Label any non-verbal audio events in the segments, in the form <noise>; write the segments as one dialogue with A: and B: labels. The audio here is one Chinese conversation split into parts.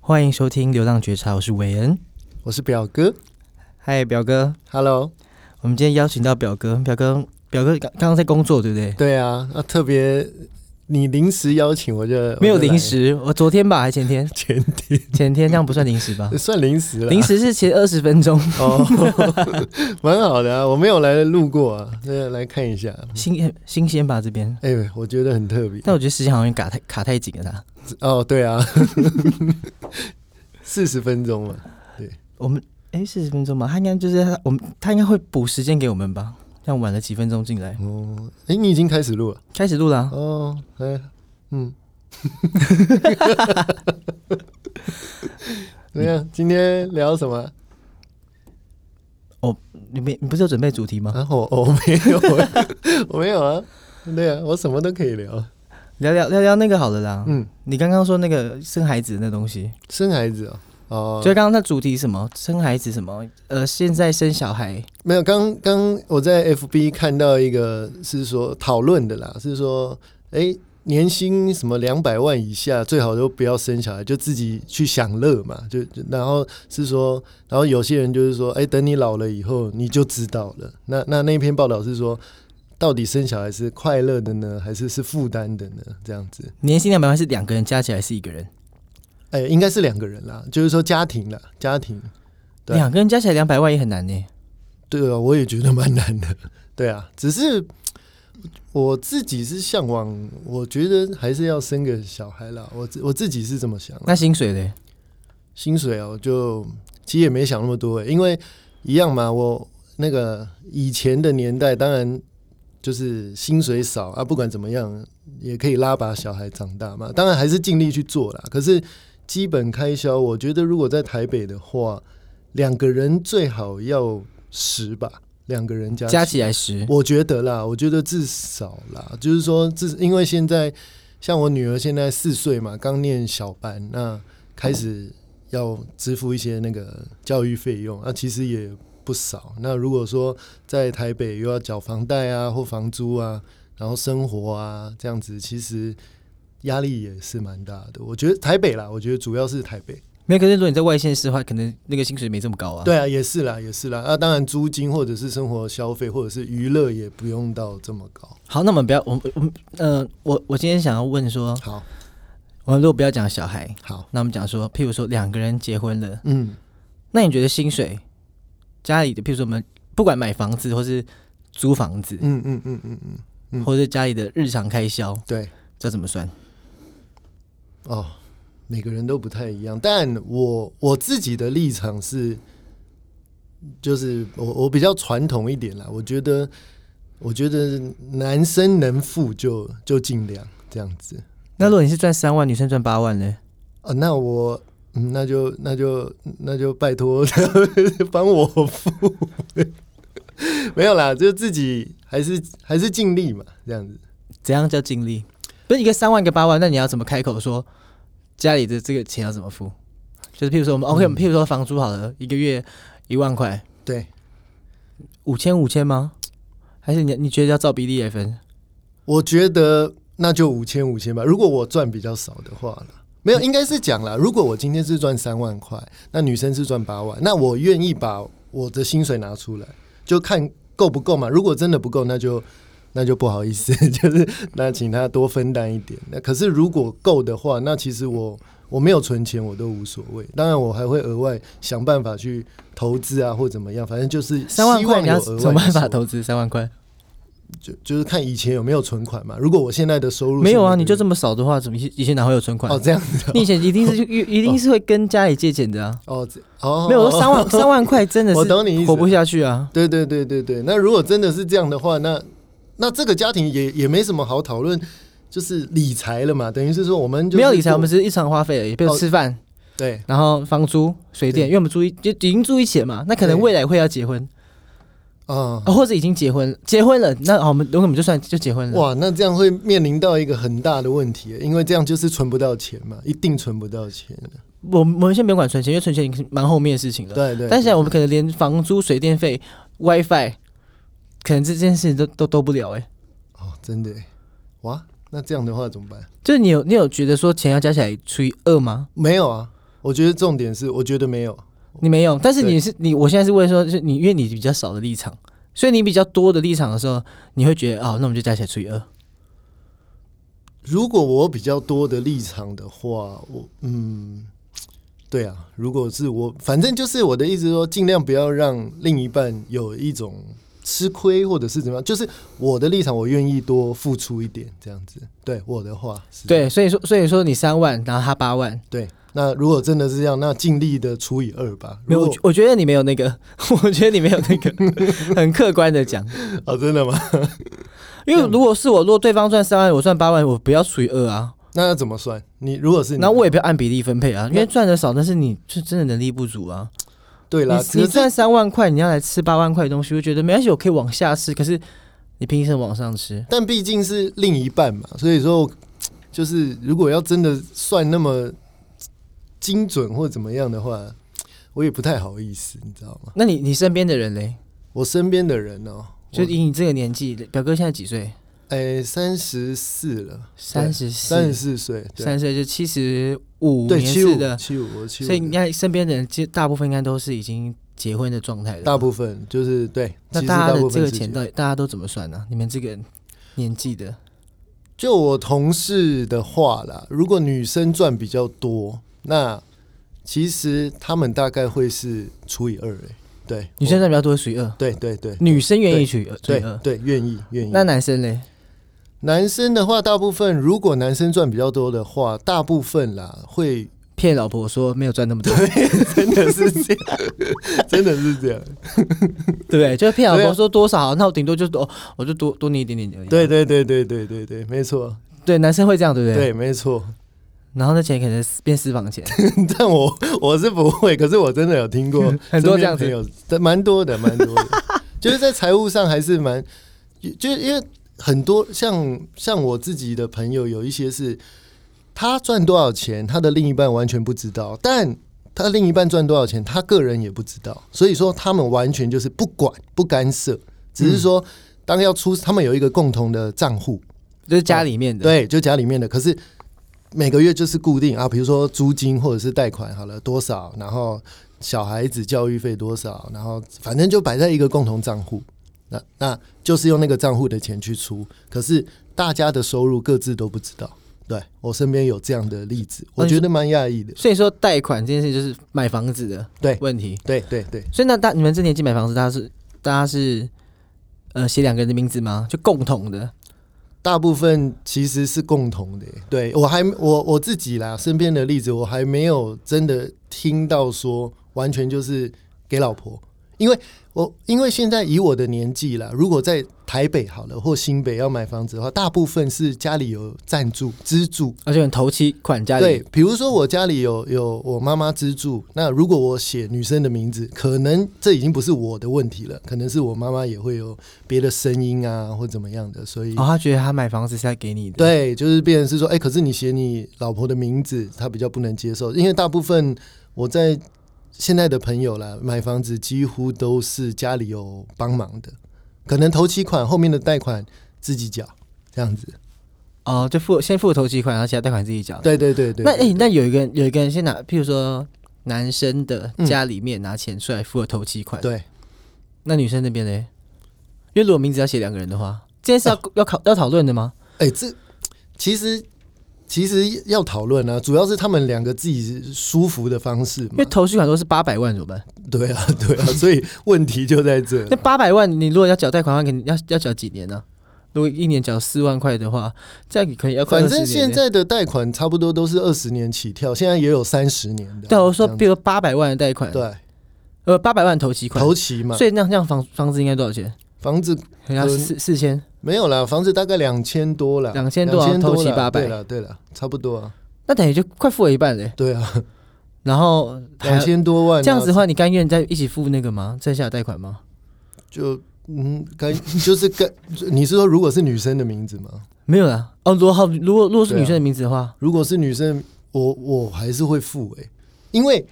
A: 欢迎收听《流浪觉察》，我是韦恩。
B: 我是表哥
A: 嗨，表哥，
B: ，Hello。
A: 我们今天邀请到表哥，表哥，表哥刚刚刚在工作，对不对？
B: 对啊，那、特别你临时邀请我就
A: 没有临，
B: 我，
A: 时，我昨天吧，还前天 <laughs>
B: 前
A: 天，前天，这样不算临时吧
B: 就来？算临时了，
A: 临时是前二十分钟， <laughs>
B: 哦， <laughs> 蛮好的啊，我没有来路过啊，对，来看一下。
A: 新新鲜吧这边。
B: 哎、我觉得很特别
A: 但我觉得时间好像卡太卡太紧了啦。
B: 哦，对啊， <laughs> 四十分钟嘛，
A: 我们哎，四十分钟吧，他应该就是他我们他应该会补时间给我们吧？这样晚了几分钟进来，
B: 哦，哎、你已经开始录了，
A: 开始录啦。
B: 哦，哎、
A: <laughs>
B: 嗯，怎么样？今天聊什么？
A: 你没你不是有准备主题吗？
B: 啊，我我没有， <laughs> 我没有啊，对啊，我什么都可以聊。
A: 聊聊聊聊那个好了啦。
B: 嗯，
A: 你刚刚说那个生孩子的那东西，
B: 生孩子哦，哦，
A: 所以刚刚那主题什么生孩子什么，呃，现在生小孩，
B: 没有。刚刚我在 FB 看到一个是说讨论的啦，是说，哎，年薪什么两百万以下，最好都不要生小孩，就自己去享乐嘛。就就然后是说，然后有些人就是说，哎，等你老了以后你就知道了。那那那篇报道是说。到底生小孩是快乐的呢，还是是负担的呢？这样子，
A: 年薪两百万是两个人加起来是一个人，
B: 哎、应该是两个人啦，就是说家庭啦，家庭，对
A: 两个人加起来两百万也很难呢。
B: 对啊，我也觉得蛮难的，对啊，只是我自己是向往，我觉得还是要生个小孩啦，我自我自己是这么想啦，
A: 那薪水嘞？
B: 薪水哦，就其实也没想那么多、欸因为一样嘛，我那个以前的年代，当然就是薪水少啊，不管怎么样也可以拉拔小孩长大嘛，当然还是尽力去做啦。可是基本开销，我觉得如果在台北的话，两个人最好要十吧，两个人加
A: 加起来十，
B: 我觉得啦，我觉得至少啦，就是说至，因为现在像我女儿现在四岁嘛，刚念小班，那开始要支付一些那个教育费用，那、其实也不少。那如果说在台北又要缴房贷啊或房租啊，然后生活啊这样子，其实压力也是蛮大的。我觉得台北啦，我觉得主要是台北。
A: 没有。可是如果你在外县市的话，可能那个薪水没这么高啊。，
B: 对啊，也是啦，也是啦。啊，当然租金或者是生活消费或者是娱乐也不用到这么高。
A: 好，那我们不要，我我我呃，我我今天想要问说，
B: 好，
A: 我们如果不要讲小孩，
B: 好。
A: 哦那我们讲说，譬如说两个人结婚了，
B: 嗯，
A: 那你觉得薪水家里的，譬如说我们不管买房子或是租房子，
B: 嗯嗯嗯嗯嗯，嗯
A: 或者是家里的日常开销，
B: 对
A: 这怎么算？
B: 哦，每个人都不太一样，但我我自己的立场是，就是我我比较传统一点啦，我觉得我觉得男生能付就就尽量这样子
A: 那如果你是赚三万，女生赚八万呢？
B: 哦，那我。嗯，那就那就那就拜托 <laughs> 帮我付， <laughs> 没有啦，就自己还是还是尽力嘛，这样子。
A: 怎样叫尽力？不是一个三万，一个八万，那你要怎么开口说家里的这个钱要怎么付？就是譬如说我们
B: 嗯
A: OK，我们譬如说房租好了，一个月一万块，
B: 对，
A: 五千五千吗？还是你你觉得要照比例来分？
B: 我觉得那就五千五千吧。如果我赚比较少的话了，没有，应该是讲啦。如果我今天是赚三万块，那女生是赚八万，那我愿意把我的薪水拿出来，就看够不够嘛。如果真的不够，那就那就不好意思， <laughs> 就是那请她多分担一点。那可是如果够的话，那其实我。我没有存钱，我都无所谓。当然，我还会额外想办法去投资啊，或怎么样。反正就是
A: 三万
B: 希
A: 块
B: 望
A: 你要
B: 有额外
A: 想办
B: 的
A: 法
B: 收入
A: 投资三万块？
B: 就就是看以前有没有存款嘛。如果我现在的收入是
A: 没有啊，
B: 每个
A: 你就
B: 月
A: 这么少的话，怎么以前以前哪会有存款？
B: 哦这样子
A: 你以前一定是一一定是会跟家里借钱的啊。
B: 哦这哦
A: 没有我说三万三万块真的
B: 我
A: 是
B: 懂你意思
A: 活不。下去啊。
B: 对对对对对，那如果真的是这样的话，那那这个家庭也也没什么好讨论，就是理财了嘛，等于是说我们就
A: 没有理财，
B: 过
A: 我们只是日常花费而已，比如
B: 哦
A: 吃饭、
B: 对
A: 然后房租、水电，因
B: 对
A: 为我们住一就已经住一起了嘛，那可能
B: 对
A: 未来会要结婚，
B: 啊、
A: 啊或者已经结婚结婚了，那好，我们如果我们就算就结婚了，
B: 哇，那这样会面临到一个很大的问题，因为这样就是存不到钱嘛，一定存不到钱。
A: 我我们先不用管存钱，因为存钱已经是蛮后面的事情了。
B: 对对，
A: 啊但是我们可能连房租、水电费、WiFi，可能这件事情都都都不了哎、欸
B: 哦，真的耶哇，那这样的话怎么办？
A: 就是你有你有觉得说钱要加起来除以二吗？
B: 没有啊，我我觉得重点是，我觉得没有，
A: 你没有，但是
B: 对
A: 你是你，我现在是问说，是你因为你比较少的立场，所以你比较多的立场的时候，你会觉得哦，那我们就加起来除以
B: 嗯
A: 二。
B: 如果我有比较多的立场的话，我嗯，对啊，如果是我，反正就是我的意思说，尽量不要让另一半有一种吃亏或者是怎么样，就是我的立场，我愿意多付出一点，这样子。对我的话是，
A: 对，所以说所以说你三万，然后他八万，
B: 对。那如果真的是这样，那尽力的除以二吧。
A: 没
B: 如
A: 有，
B: 果
A: 我我觉得你没有那个， <laughs> 我觉得你没有那个，
B: <laughs>
A: 很客观的讲，
B: 啊，真的吗？
A: 因为如果是我，如果对方赚三万，我赚八万，我不要除以二啊，
B: 那要怎么算？你如果是你，
A: 然后我也不要按比例分配啊，因为赚的少，但是你就真的能力不足啊。
B: 对啦，
A: 你你
B: 可是
A: 赚三万块，你要来吃八万块的东西，我觉得没关系，我可以往下吃，可是你凭什么往上吃？
B: 但毕竟是另一半嘛，所以说就是如果要真的算那么精准或怎么样的话，我也不太好意思，你知道吗？
A: 那你你身边的人嘞？
B: 我身边的人哦、
A: 就
B: 我
A: 以你这个年纪，表哥现在几岁？
B: 哎三十四了，
A: 三十四，
B: 三十四岁，对
A: 三十岁就七十五
B: 对
A: 年
B: 七
A: 次
B: 五
A: 的，
B: 七五，我七
A: 所以你
B: 五的，
A: 看身边的人，其实大部分应该都是已经结婚的状态了。
B: 大部分就是对，其
A: 那
B: 实
A: 大家
B: 大部
A: 的这
B: 分
A: 个
B: 是
A: 钱
B: 这
A: 到
B: 样
A: 底大家都怎么算呢、你们这个年纪的，
B: 就我同事的话啦，如果女生赚比较多，那其实他们大概会是除以二、哎，对，
A: 女生赚比较多是除以二，
B: 对对对，
A: 女生愿意除以二，除以
B: 对
A: 二。
B: 对，愿意愿意。
A: 那男生嘞？
B: 男生的话，大部分如果男生赚比较多的话，大部分啦会
A: 骗老婆说没有赚那么多，对
B: 真的是这样，真的是这样。
A: 不 <laughs> 对？就是骗老
B: 对
A: 婆
B: 啊
A: 说多少，那我顶多就多，我就多多你一点点而已。
B: 对对对对对对对，没错，
A: 对，男生会这样，对不对？。
B: 对没错。
A: 然后那钱可能变私房钱，
B: 但我我是不会，可是我真的有听过
A: <laughs> 很多这样子
B: 有蛮多的，蛮多的，就是在财务上还是蛮，就是因为很多像像我自己的朋友，有一些是他赚多少钱，他的另一半完全不知道，但。他另一半赚多少钱，他个人也不知道，所以说他们完全就是不管不干涉，只
A: 嗯
B: 是说当要出，他们有一个共同的账户，
A: 就是家里面的。
B: 对，就家里面的。可是每个月就是固定啊，比如说租金或者是贷款好了多少，然后小孩子教育费多少，然后反正就摆在一个共同账户。那那就是用那个账户的钱去出，可是大家的收入各自都不知道。对我身边有这样的例子，我觉得蛮讶异的。
A: 所以说贷款这件事就是买房子的
B: 对
A: 问题。
B: 对对对，
A: 所以那大你们这年纪买房子，大家是大家是呃写两个人的名字吗？就共同的，
B: 大部分其实是共同的耶。对我还我我自己啦，身边的例子我还没有真的听到说完全就是给老婆，因为我因为现在以我的年纪啦，如果在台北好了或新北要买房子的话，大部分是家里有赞助资助。
A: 而且很头期款家里。
B: 对，比如说我家里有有我妈妈资助，那如果我写女生的名字，可能这已经不是我的问题了，可能是我妈妈也会有别的声音啊或怎么样的，所以
A: 哦，他觉得他买房子是在给你的。，
B: 对，就是变成是说，哎、可是你写你老婆的名字，他比较不能接受，因为大部分我在现在的朋友啦，买房子几乎都是家里有帮忙的，可能头期款后面的贷款自己缴，这样子。
A: 哦，就付先付头期款，然后其他贷款自己缴。
B: 对对对对，
A: 那诶、那有一个人有一个人先拿，譬如说男生的
B: 嗯
A: 家里面拿钱出来付了头期款，
B: 对，
A: 那女生那边呢？因为如果名字要写两个人的话，这件事要、
B: 哦
A: 要考要讨论的吗？
B: 哎、这其实其实要讨论啊，主要是他们两个自己舒服的方式
A: 因
B: 嘛
A: 为。头期款都是八百万怎么办？
B: 对啊，对啊，所以问题就在这。
A: 那八百万，你如果要缴贷款的话，肯定要要缴几年呢、如果一年缴四万块的话，这样可能要快
B: 呃反
A: 20
B: 正
A: 年
B: 现
A: 嘞
B: 在的贷款差不多都是二十年起跳，现在也有三十年的。
A: 对啊我说，
B: 这样
A: 比如八百万的贷款，
B: 子对
A: 呃，八百万头期款，
B: 头期嘛，
A: 所以那那样房房子应该多少钱？
B: 房子
A: 可能要
B: 呃
A: 四四千，
B: 没有啦，房子大概两千多啦，
A: 2000多啊
B: 2000
A: 头期
B: 啦
A: 800
B: 对了对了，差不多啊，
A: 那等于就快付了一半嘞。
B: 对啊，
A: 然后还
B: 两千多万啊
A: 这样子的话，你甘愿再一起付那个吗？剩下的贷款吗？
B: 就嗯，该就是该，你是说如果是女生的名字吗？
A: 没有啦。哦，如果好，如果如果是
B: 对啊
A: 女生的名字的话，
B: 如果是女生，我我还是会付诶、因为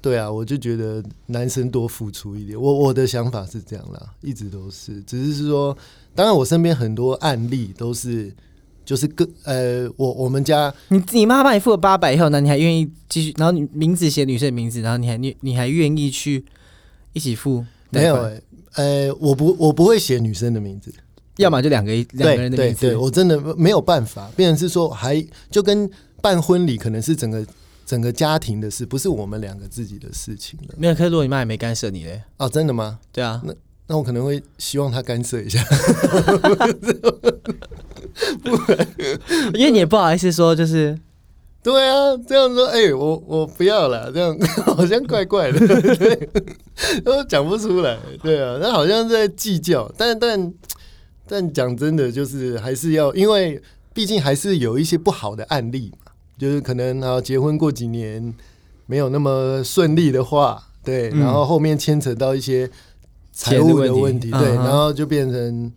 B: 对啊，我就觉得男生多付出一点。我我的想法是这样啦，一直都是，只是说，当然我身边很多案例都是就是个呃，我我们家
A: 你你妈帮你付了八百以后呢，你还愿意继续，然后你名字写女生的名字，然后你还你你还愿意去一起付贷款？
B: 没有、欸，呃，我不我不会写女生的名字，
A: 要么就两个一两个
B: 对
A: 人的
B: 对
A: 名字，
B: 对，我真的没有办法，变成是说还就跟办婚礼可能是整个整个家庭的事，不是我们两个自己的事情了
A: 没有。可是如果你妈也没干涉你嘞，
B: 啊，真的吗？
A: 对啊，
B: 那我可能会希望他干涉一下，
A: 因为你 <laughs> 也不好意思说，就是
B: 对啊，这样说，哎、我我不要了，这样 <laughs> 好像怪怪的， <laughs> 对，都讲不出来，对啊，那好像在计较，但但但讲真的，就是还是要，因为毕竟还是有一些不好的案例嘛，就是可能啊结婚过几年没有那么顺利的话，对，
A: 嗯
B: 然后后面牵扯到一些财务的问题，
A: 钱的问题
B: 对，
A: 嗯哼
B: 然后就变成。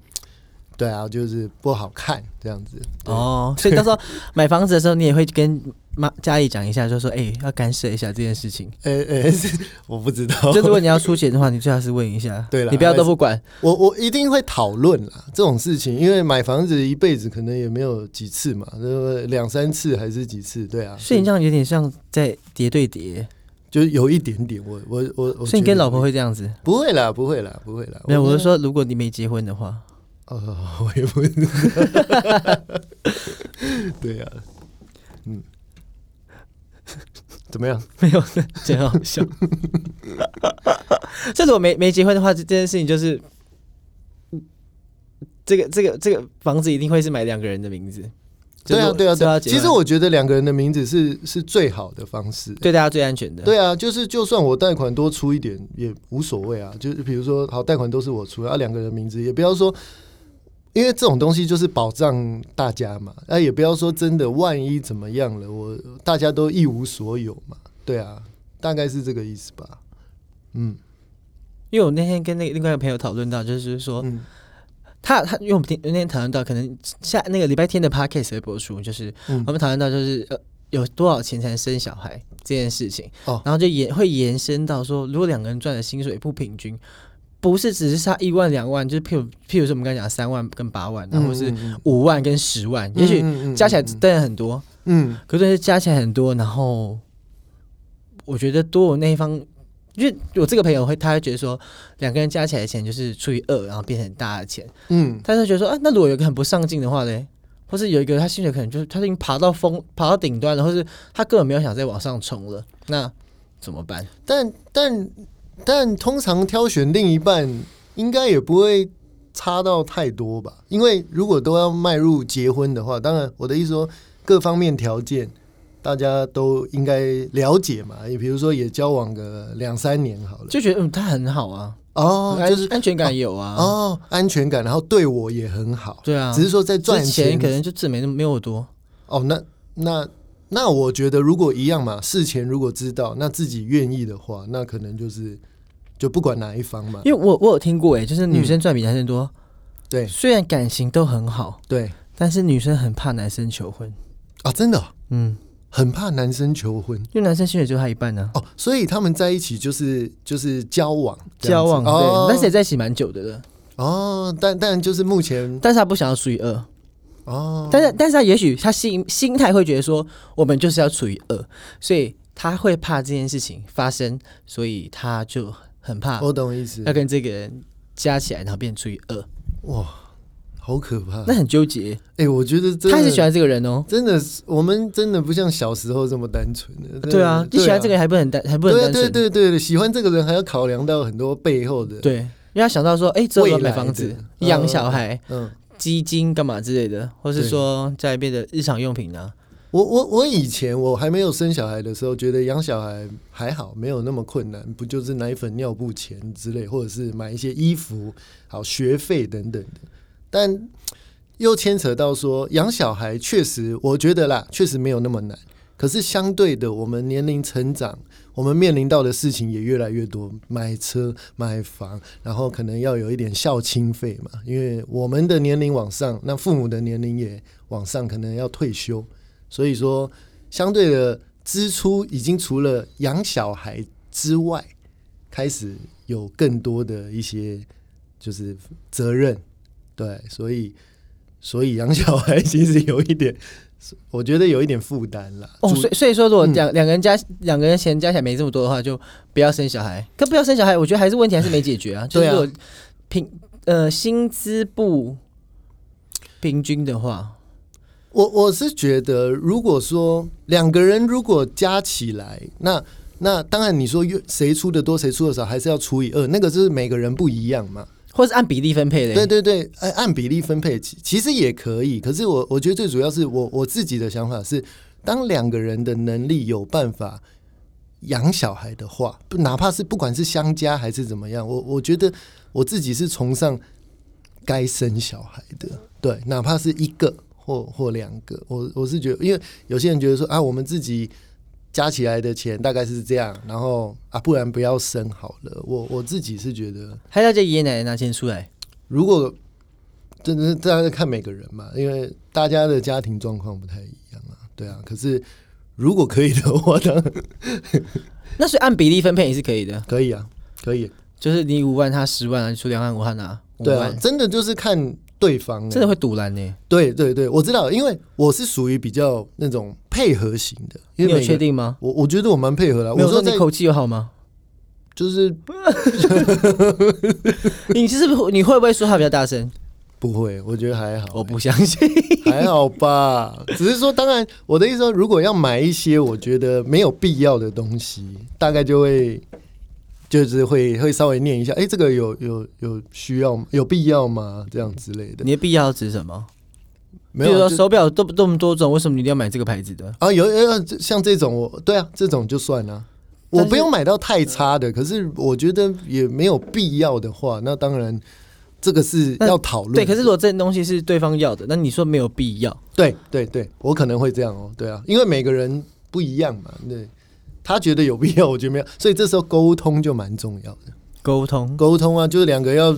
B: 对啊，就是不好看这样子。对
A: 哦，所以到时候买房子的时候，你也会跟妈家里讲一下，就说哎、要干涉一下这件事情。
B: 呃呃，是我不知 <laughs> 道。
A: 就如果你要出钱的话，你最好是问一下，
B: 对啦
A: 你不要都不管，
B: 我我一定会讨论啦这种事情，因为买房子一辈子可能也没有几次嘛，对不对两三次还是几次，对啊。
A: 所以你这样有点像在叠对叠，
B: 就是有一点点，我我我我觉得。
A: 所以你跟老婆会这样子。
B: 不会啦，不会啦，不会啦。
A: 没有，我
B: 跟
A: 是说，如果你没结婚的话， <laughs>
B: 哦，我也不知道。 <laughs> 对啊，嗯，怎么样？
A: 没有，真好笑。 <laughs> 这如果没没结婚的话，这这件事情就是，这个这个这个房子一定会是买两个人的名字。就
B: 对
A: 是
B: 啊，
A: 我
B: 对啊，
A: 知
B: 对
A: 道
B: 啊。
A: 要结婚
B: 其实我觉得两个人的名字是是最好的方式。
A: 对大家最安全的。
B: 对啊，就是就算我贷款多出一点也无所谓啊，就是比如说好贷款都是我出啊，两个人名字也不要说，因为这种东西就是保障大家嘛，那、也不要说真的万一怎么样了，我大家都一无所有嘛，对啊，大概是这个意思吧。嗯
A: 因为我那天跟那个另外一个朋友讨论到，就是说
B: 嗯
A: 他他，因为我们天那天讨论到，可能下那个礼拜天的 podcast 会播出，就是
B: 嗯
A: 我们讨论到就是呃有多少钱才能生小孩这件事情，
B: 哦
A: 然后就延会延伸到说，如果两个人赚的薪水不平均，不是只是差一万两万，就是譬如譬如说我们刚才讲三万跟八万，
B: 嗯
A: 然后是五万跟十万，也许
B: 许
A: 加起来当然很多，
B: 嗯
A: 可是加起来很多，然后我觉得多我那一方，因为我这个朋友会，他会觉得说两个人加起来的钱就是除以二，然后变成很大的钱，
B: 嗯
A: 但是觉得说啊，那如果有一个很不上进的话嘞，或是有一个他薪水可能就是他已经爬到峰爬到顶端了，或是他根本没有想再往上冲了，那怎么办？
B: 但但但通常挑选另一半，应该也不会差到太多吧？因为如果都要迈入结婚的话，当然我的意思说，各方面条件大家都应该了解嘛。也比如说，也交往个两三年好了。
A: 就觉得嗯，他很好啊，
B: 哦，
A: 安
B: 就是
A: 安全感也有啊，
B: 哦，安全感，然后对我也很好。
A: 对啊，
B: 只是说在赚
A: 之前
B: 钱
A: 可能就自没那么没有我多，
B: 哦，那那那我觉得如果一样嘛，事前如果知道，那自己愿意的话，那可能就是就不管哪一方嘛。
A: 因为我我有听过哎、就是女生赚比男生多，
B: 对
A: 虽然感情都很好，
B: 对
A: 但是女生很怕男生求婚，
B: 啊，真的哦、
A: 嗯，
B: 很怕男生求婚
A: 因为男生薪水只有他一半啊呢、
B: 哦，所以他们在一起就是就是交往这样
A: 交
B: 子
A: 往对，
B: 哦，
A: 但是也在一起蛮久的了，
B: 哦，但但就是目前
A: 但是他不想要除以二，
B: 哦，
A: 但是但是他也许他心心态会觉得说，我们就是要除以二，所以他会怕这件事情发生，所以他就很怕
B: 我懂意思
A: 要，跟这个人加起来，然后变除以二，
B: 嗯哇，好可怕！
A: 那很纠结。
B: 哎、我觉得真
A: 他还是喜
B: 的
A: 欢这个人哦，
B: 真的是，我们真的不像小时候这么单纯的。真的
A: 对啊，你喜欢这个。人还不能单，还不能
B: 对啊
A: 单
B: 对
A: 纯，
B: 对对对，喜欢这个人还要考量到很多背后的，
A: 对，因为他想到说，哎，之后要买房
B: 未
A: 子
B: 来的、嗯
A: 养小孩，
B: 嗯，
A: 基金干嘛之类的，或是
B: 对
A: 说家里面的日常用品啊呢、
B: 我我我以前我还没有生小孩的时候，觉得养小孩还好，没有那么困难，不就是奶粉、尿布钱之类，或者是买一些衣服、好学费等等的。但又牵扯到说，养小孩确实，我觉得啦，确实没有那么难。可是相对的，我们年龄成长，我们面临到的事情也越来越多，买车、买房，然后可能要有一点孝亲费嘛，因为我们的年龄往上，那父母的年龄也往上，可能要退休，所以说相对的支出已经除了养小孩之外，开始有更多的一些就是责任，对，所以所以养小孩其实有一点，我觉得有一点负担啦。
A: 哦，
B: 主
A: 所以所以说，如果两两个人加两个人钱加起来没这么多的话，就不要生小孩。可不要生小孩，我觉得还是问题还是没解 <laughs> 决啊。就是
B: 对啊
A: 如果平呃薪资不平均的话，
B: 我我是觉得，如果说两个人如果加起来，那那当然你说越谁出的多谁出的少，还是要除以二，那个就是每个人不一样嘛。
A: 或是按比例分配的，
B: 对对对，按按比例分配其其实也可以，可是我我觉得最主要是我我自己的想法是，当两个人的能力有办法养小孩的话，不哪怕是不管是相加还是怎么样，我我觉得我自己是崇尚该生小孩的，对，哪怕是一个或或两个，我我是觉得，因为有些人觉得说啊，我们自己。加起来的钱大概是这样，然后啊，不然不要生好了。我我自己是觉得，
A: 还要叫爷爷奶奶拿钱出来。
B: 如果真的是大家看每个人嘛，因为大家的家庭状况不太一样啊，对啊。可是如果可以的话，当然
A: 那所以按比例分配也是可以的，
B: 可以啊， <laughs> 可以，
A: 就是你五万他十万啊，你出两万五万拿五
B: 对啊
A: 万，，
B: 真的就是看对方、欸，
A: 真的会堵拦呢。
B: 对对对，我知道，因为我是属于比较那种配合型的，
A: 你
B: 因为
A: 有
B: 每个
A: 确定吗？
B: 我我觉得我蛮配合的啊，
A: 啊没
B: 我
A: 有说
B: 在
A: 你口气有好吗？ <laughs>
B: 就是
A: 你是不是你会不会说话比较大声？
B: 不会，我觉得还好、
A: 我不相信。
B: 还好吧，只是说，当然，我的意思说，如果要买一些我觉得没有必要的东西，大概就会就是会会稍微念一下，哎、这个有有有需要吗有必要吗？这样之类的，
A: 你的必要指什么？
B: 没
A: 比如
B: 有
A: 说
B: 啊就
A: 手表都这么多种，为什么你一定要买这个牌子的？
B: 啊，有有有像这种我，对啊，这种就算了、
A: 但
B: 我
A: 是
B: 不用买到太差的，可是我觉得也没有必要的话，那当然这个是
A: 那
B: 要讨论的。
A: 对，可是如果这东西是对方要的，那你说没有必要，
B: 对对对，我可能会这样哦，对啊，因为每个人不一样嘛，对，他觉得有必要， <laughs> 我觉得没有，所以这时候沟通就蛮重要的。
A: 沟通。
B: 沟通啊，就是两个要，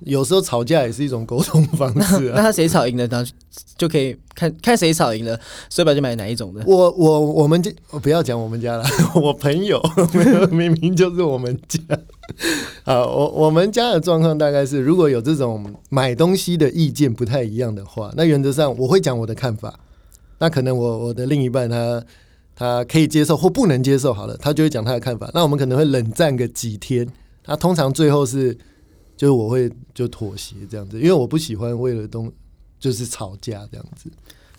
B: 有时候吵架也是一种沟通方式
A: 那
B: 啊。
A: 他谁吵赢了，然后就可以看看谁吵赢了，手表就买哪一种的。
B: 我我我们家我不要讲我们家了， <laughs> 我朋友明明就是我们家啊，我我们家的状况大概是，如果有这种买东西的意见不太一样的话，那原则上我会讲我的看法，那可能我我的另一半他他可以接受或不能接受，好了，他就会讲他的看法。那我们可能会冷战个几天，那通常最后是就是我会就妥协这样子，因为我不喜欢为了东就是吵架这样子。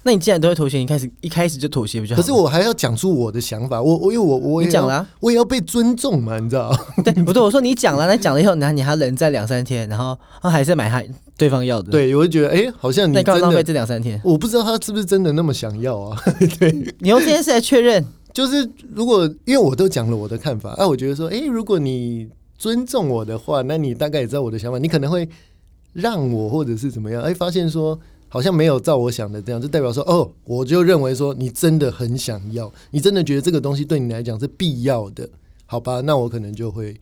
A: 那你既然都会妥协，你开始一开始就妥协不就好
B: 可
A: 了？
B: 是我还要讲出我的想法，我我因为我我也
A: 你讲
B: 要
A: 了啊
B: 我也要被尊重嘛，你知道？
A: 对，不对，我说你讲了，那讲了以后，然后你还要冷战两三天，然后啊还是买他 <laughs> 对方要的。，
B: 对，我就觉得哎、诶好像
A: 那
B: 你
A: 你干
B: 真
A: 嘛浪费
B: 的，
A: 这两三天？
B: 我不知道他是不是真的那么想要啊。
A: 你用这件事来确认，
B: 就是如果因为我都讲了我的看法，啊，我觉得说，诶，如果你尊重我的话，那你大概也知道我的想法，你可能会让我或者是怎么样，诶，发现说好像没有照我想的这样，就代表说，哦，我就认为说你真的很想要，你真的觉得这个东西对你来讲是必要的，好吧？那我可能就会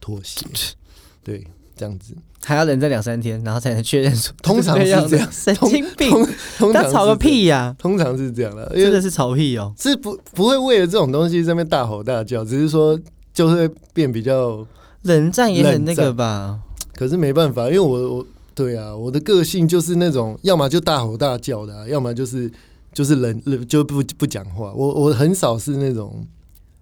B: 妥协， <laughs> 对，这样子，
A: 还要冷战两三天，然后才能确认说
B: 通常是
A: 对要的
B: 这样
A: 神经病，
B: 通通常
A: 他
B: 是
A: 吵个
B: 这样，
A: 屁呀！
B: 通常是这样了，因
A: 真
B: 为
A: 的是吵屁哦。
B: 是不不会为了这种东西在那边大吼大叫，只是说就会变比较，
A: 冷战也很那
B: 冷
A: 个
B: 战
A: 吧？
B: 可是没办法，因为我我对啊，我的个性就是那种要么就大吼大叫的啊、要么就是就是冷冷就不不讲话。我我很少是那种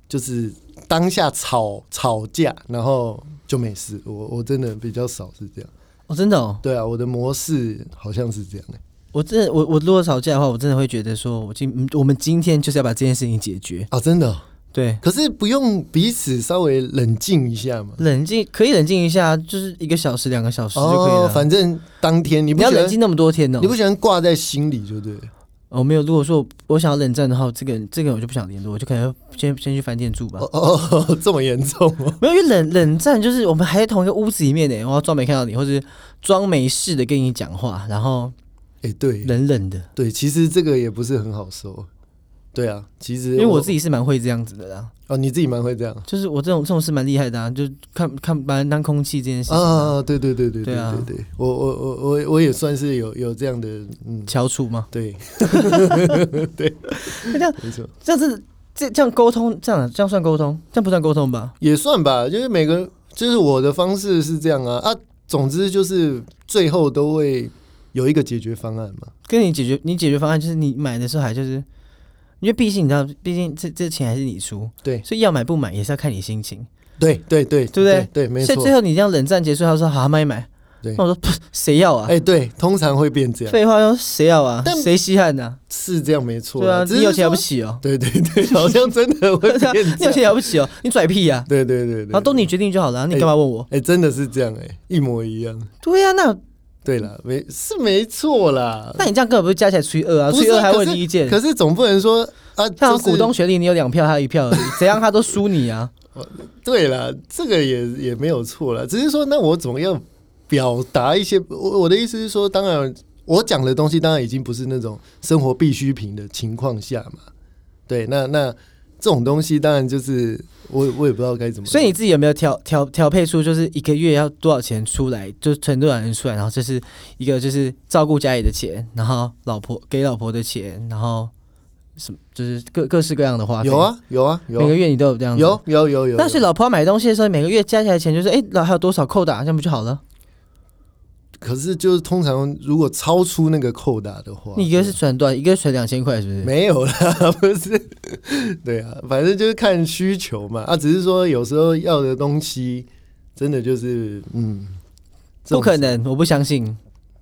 B: 就是当下吵吵架，然后就没事。我我真的比较少是这样。
A: 哦，真的哦，
B: 对啊，我的模式好像是这样、欸。
A: 我真的我我如果吵架的话，我真的会觉得说，我今嗯我们今天就是要把这件事情解决。
B: 啊，真的哦、
A: 对，
B: 可是不用彼此稍微冷静一下嘛。
A: 冷静可以冷静一下，就是一个小时、两个小时就可以
B: 哦
A: 了。，
B: 反正当天你
A: 你
B: 不
A: 不要
B: 喜欢
A: 冷静那么多天哦
B: 你。不喜欢挂在心里，就对了。
A: 哦，没有，如果说我我想要冷战的话，这个这个我就不想联络，我就可能先先去饭店住吧。
B: 哦哦哦，这么严重哦？
A: 没有，因为冷冷战就是我们还在同一个屋子里面呢，我要装没看到你，或者装没事的跟你讲话，然后
B: 哎、对
A: 冷冷的，
B: 对，其实这个也不是很好受。对啊，其实
A: 因为我自
B: 己
A: 己是蛮会这样子的啦，
B: 哦，你自己蛮会这样
A: 就是我这种这种是蛮厉害的啊，就看看把人当空气这件事情啊，
B: 啊。对对对对
A: 对
B: 对
A: 啊
B: 对对，我我我我我也算是有有这样的，嗯，
A: 翘楚嘛，
B: 对
A: <laughs>
B: 对，没错，
A: 这样子这这样沟通，这样这样算沟通，这样不算沟通吧？
B: 也算吧。就是每个，就是我的方式是这样啊啊。总之就是最后都会有一个解决方案嘛。
A: 跟你解决你解决方案就是你买的时候还就是，因为毕竟你知道，毕竟这这钱还是你出，
B: 对
A: 所以要买不买也是要看你心情。
B: 对对
A: 对
B: 对
A: 不对
B: 对对，没
A: 所以
B: 错
A: 最。后你这样冷战结束，他说好买一买，
B: 对
A: 那我说 <laughs> 不谁要啊？
B: 哎，对，通常会变这样，
A: 废话说谁要啊
B: 但？
A: 谁稀罕呢？
B: 是这样没错
A: 对啊，
B: 啦。只
A: 你
B: 是
A: 有钱了不
B: 说
A: 起哦，
B: 对对对，好像真的会
A: 对啊 <laughs>
B: 变
A: 你有
B: 这样。
A: 钱了不起哦，你拽屁啊！
B: 对对对对，
A: 然后都你决定就好了啊，你干嘛问我？
B: 哎，真的是这样哎，一模一样。
A: 对啊，那
B: 对啦，没是没错啦。
A: 那你这样根本不是加起来除以二啊，
B: 不
A: 除
B: 是
A: 以二还
B: 可
A: 问
B: 是
A: 你意见。
B: 可是总不能说啊，
A: 像
B: 就是
A: 股东权利，你有两票，他有一
B: <laughs>
A: 票而已，怎样他都输你啊！
B: 对啦，这个也也没有错啦，只是说那我怎么样表达一些我我的意思是说，当然我讲的东西当然已经不是那种生活必需品的情况下嘛，对，那那这种东西当然就是我我也不知道该怎么，
A: 所以你自己有没有调调调配出，就是一个月要多少钱出来，就是存多少钱出来，然后这是一个就是照顾家里的钱，然后老婆给老婆的钱，然后什么就是各各式各样的花费。
B: 有，啊有啊有
A: 每个
B: 啊
A: 月你都有这样子。
B: 有。有有有，
A: 但是老婆买东西的时候，每个月加起来钱就是，哎、老还有多少扣打，这样不就好了？
B: 可是就是通常如果超出那个扣打的话，
A: 你一个是存多少，一个是存两千块，是不是？
B: 没有啦， <laughs> 不是，对啊，反正就是看需求嘛。啊，只是说有时候要的东西，真的就是嗯，这
A: 不
B: 种
A: 可能，我不相信，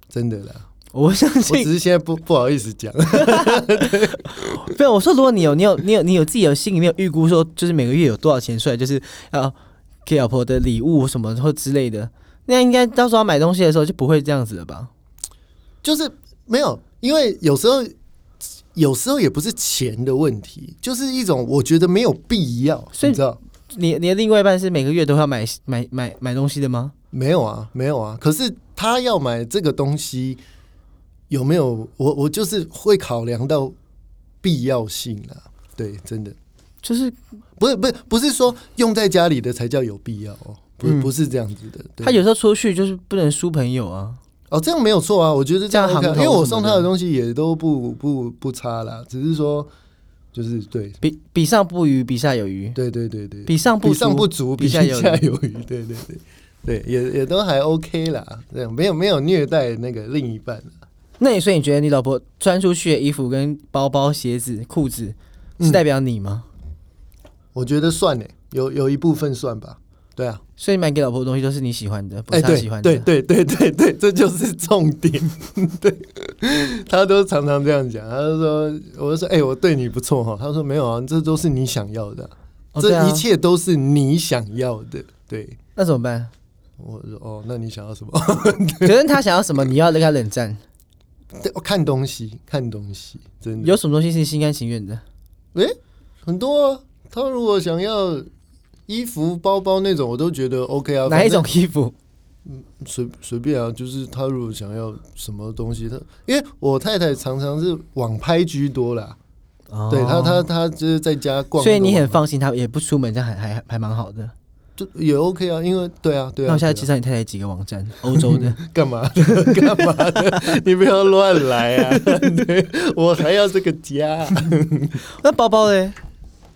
B: 真的啦。
A: 我不相
B: 我
A: 信。
B: 只是现在不不好意思讲， <laughs>
A: 没有，我说如果你有，你有，你有，你有自己有心里面有预估，说就是每个月有多少钱出来，就是要给老婆的礼物什么或之类的，那应该到时候要买东西的时候就不会这样子了吧？
B: 就是没有，因为有时候有时候也不是钱的问题，就是一种我觉得没有必要，
A: 所以
B: 你知道
A: 你你的另外一半是每个月都要买买买买东西的吗？
B: 没有啊，没有啊。可是他要买这个东西，有没有？我我就是会考量到必要性啊。对，真的。
A: 就是
B: 不是不是不是说用在家里的才叫有必要哦，不、
A: 嗯
B: 不是这样子的。对
A: 他有时候出去就是不能输朋友啊。
B: 哦，这样没有错啊，我觉得这样
A: 这样
B: OK 啊
A: 行头
B: 因为我
A: 什么
B: 送
A: 的
B: 他的东西也都不不不差啦，只是说就是对
A: 比比上不余，比下有余。
B: 对对对对，
A: 比上不
B: 比上
A: 足
B: 不足，
A: 比
B: 比
A: 下
B: 下
A: 有余
B: 有余，对对对。对，也也都还 OK 啦，这样没有没有虐待那个另一半啦
A: 那你所以你觉得你老婆穿出去的衣服、跟包包、鞋子、裤子是
B: 嗯
A: 代表你吗？
B: 我觉得算呢，有有一部分算吧，对啊，
A: 所以买给老婆的东西都是你喜欢的，不
B: 哎，
A: 是她
B: 对
A: 喜欢的。
B: 对对对对对， <laughs> 这就是重点。 <laughs> 对，他都常常这样讲，他就说，我就说，哎、我对你不错哈。他说没有啊，这都是你想要的，
A: 哦对
B: 这
A: 啊
B: 一切都是你想要的。对，
A: 那怎么办？
B: 我说哦，那你想要什么？ <laughs>
A: 可是他想要什么，你要跟他冷战。
B: 嗯对我看东西，看东西，真的
A: 有什么东西是你心甘情愿的？
B: 哎、很多、啊。他如果想要衣服、包包那种，我都觉得 OK 啊。
A: 哪一
B: 反正
A: 种衣服？
B: 随随便啊，就是他如果想要什么东西，他因为我太太常常是网拍居多啦，
A: 哦
B: 对他，他他就是在家逛，
A: 所以你很放心，他也不出门，这样还还还蛮好的。
B: 就也 OK 啊，因为对啊，对啊。
A: 那我现在
B: 对
A: 介绍你太太几个网站，欧洲
B: <laughs>
A: 的。
B: 啊干嘛的？干嘛的？ <laughs> 你不要乱来啊！ <laughs> 对我还要这个家， <laughs>
A: 那包包嘞？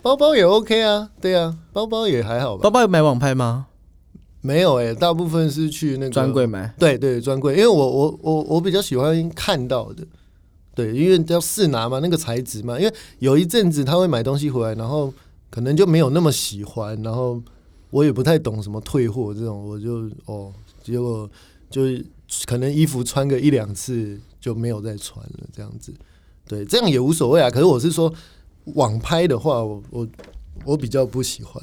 B: 包包也 OK 啊，对啊，包包也还好吧
A: 包。包有买网拍吗？
B: 没有哎、大部分是去那个
A: 专柜，买。
B: 对对，专柜，因为我我我我比较喜欢看到的。对，因为要试拿嘛，那个材质嘛，因为有一阵子他会买东西回来，然后可能就没有那么喜欢，然后我也不太懂什么退货这种，我就哦，结果就是可能衣服穿个一两次就没有再穿了，这样子，对，这样也无所谓啊。可是我是说网拍的话，我我我比较不喜欢，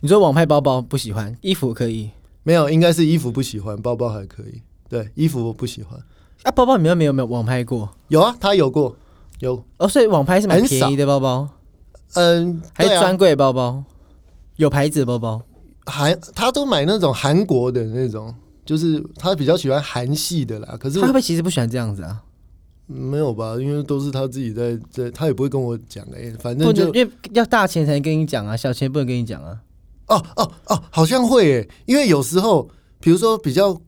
A: 你说网拍包包不喜欢，衣服可以。
B: 没有，应该是衣服不喜欢，包包还可以，对，衣服我不喜欢，
A: 啊，包包你们又没有没有网拍过？
B: 有啊，他有过，有，
A: 哦，所以网拍是买
B: 很
A: 便宜的包包，
B: 嗯，
A: 还是
B: 对啊
A: 专柜包包？有牌子的包包。
B: 韩，他都买那种韩国的那种，就是他比较喜欢韩系的啦。可是
A: 他会不会其实不喜欢这样子啊？
B: 没有吧，因为都是他自己在在，他也不会跟我讲哎、反
A: 不
B: 正
A: 能，
B: 就
A: 因为要大钱才能跟你讲啊，小钱不能跟你讲啊。
B: 哦哦哦，好像会哎、因为有时候比如说比较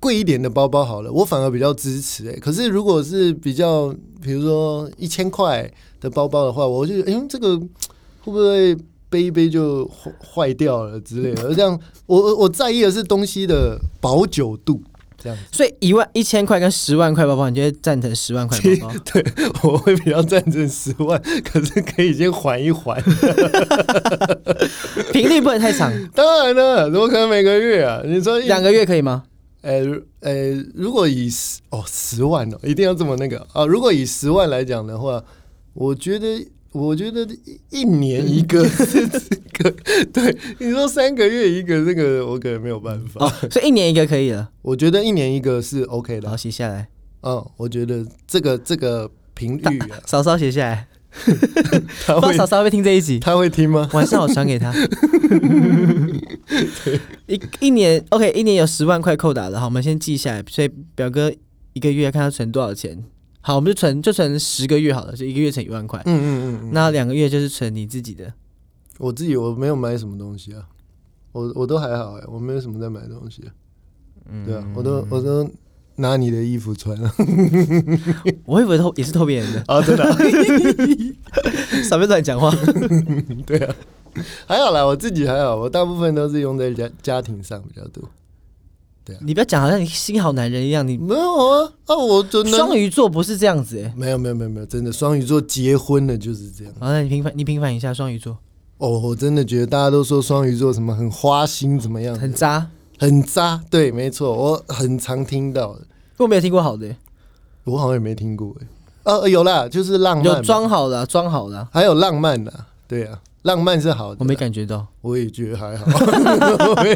B: 贵一点的包包好了，我反而比较支持哎、可是如果是比较比如说一千块的包包的话，我就觉得哎、这个会不会背一背就坏坏掉了之类的？这样我我我在意的是东西的保久度。这样子。 <laughs>
A: 所以一万一千块跟十万块包包，你就会赞成十万块包包。
B: 对，我会比较赞成十万，可是可以先缓一缓。
A: 频率不能太长，
B: 当然了，怎么可能每个月啊？你说一
A: 两个月可以吗？
B: 呃呃，如果以十哦十万哦，一定要这么那个啊！如果以十万来讲的话，我觉得我觉得一一年一个这个， <laughs> 对你说三个月一个，这个我可能没有办法。
A: 哦，所以一年一个可以
B: <laughs>
A: 了。
B: 我觉得一年一个是 OK
A: 然
B: 的
A: 后，写下来，
B: 嗯，我觉得这个这个频率啊，
A: 嫂嫂写下来，
B: 他
A: 不知道
B: 会
A: 嫂嫂会不会听这一集。
B: <laughs> 他会听吗？
A: 晚上我传给他。一一年 OK，一年有十万块扣打的，好，我们先记下来。所以表哥一个月看他存多少钱。好，我们就存就存十个月好了，就一个月存一万块。
B: 嗯嗯嗯嗯，
A: 那两个月就是存你自己的，
B: 我自己我没有买什么东西啊，我我都还好哎、我没有什么在买东西、
A: 嗯
B: 对啊，我都我都拿你的衣服穿啊，
A: 我会不会偷也是偷别人的？
B: 啊真的啊、
A: 少别乱讲话。
B: 对啊，还好啦，我自己还好，我大部分都是用在家家庭上比较多。
A: 你不要讲好像你心好男人一样，你
B: 没有啊，啊，我真的
A: 双鱼座不是这样子哎、欸。
B: 没有没有没有没有，真的双鱼座结婚了就是这样。
A: 好，那你平反你平反一下双鱼座，
B: 哦，我真的觉得大家都说双鱼座什么很花心怎么样，
A: 很渣，
B: 很渣，对，没错，我很常听到的，
A: 我没有听过好的、欸，
B: 我好像也没听过哎、呃、有啦，就是浪漫嘛，
A: 有装好的啊、装好的啊、
B: 还有浪漫啦，对啊，浪漫是好的啦，
A: 我没感觉到。
B: 我也觉得还好，
A: <laughs>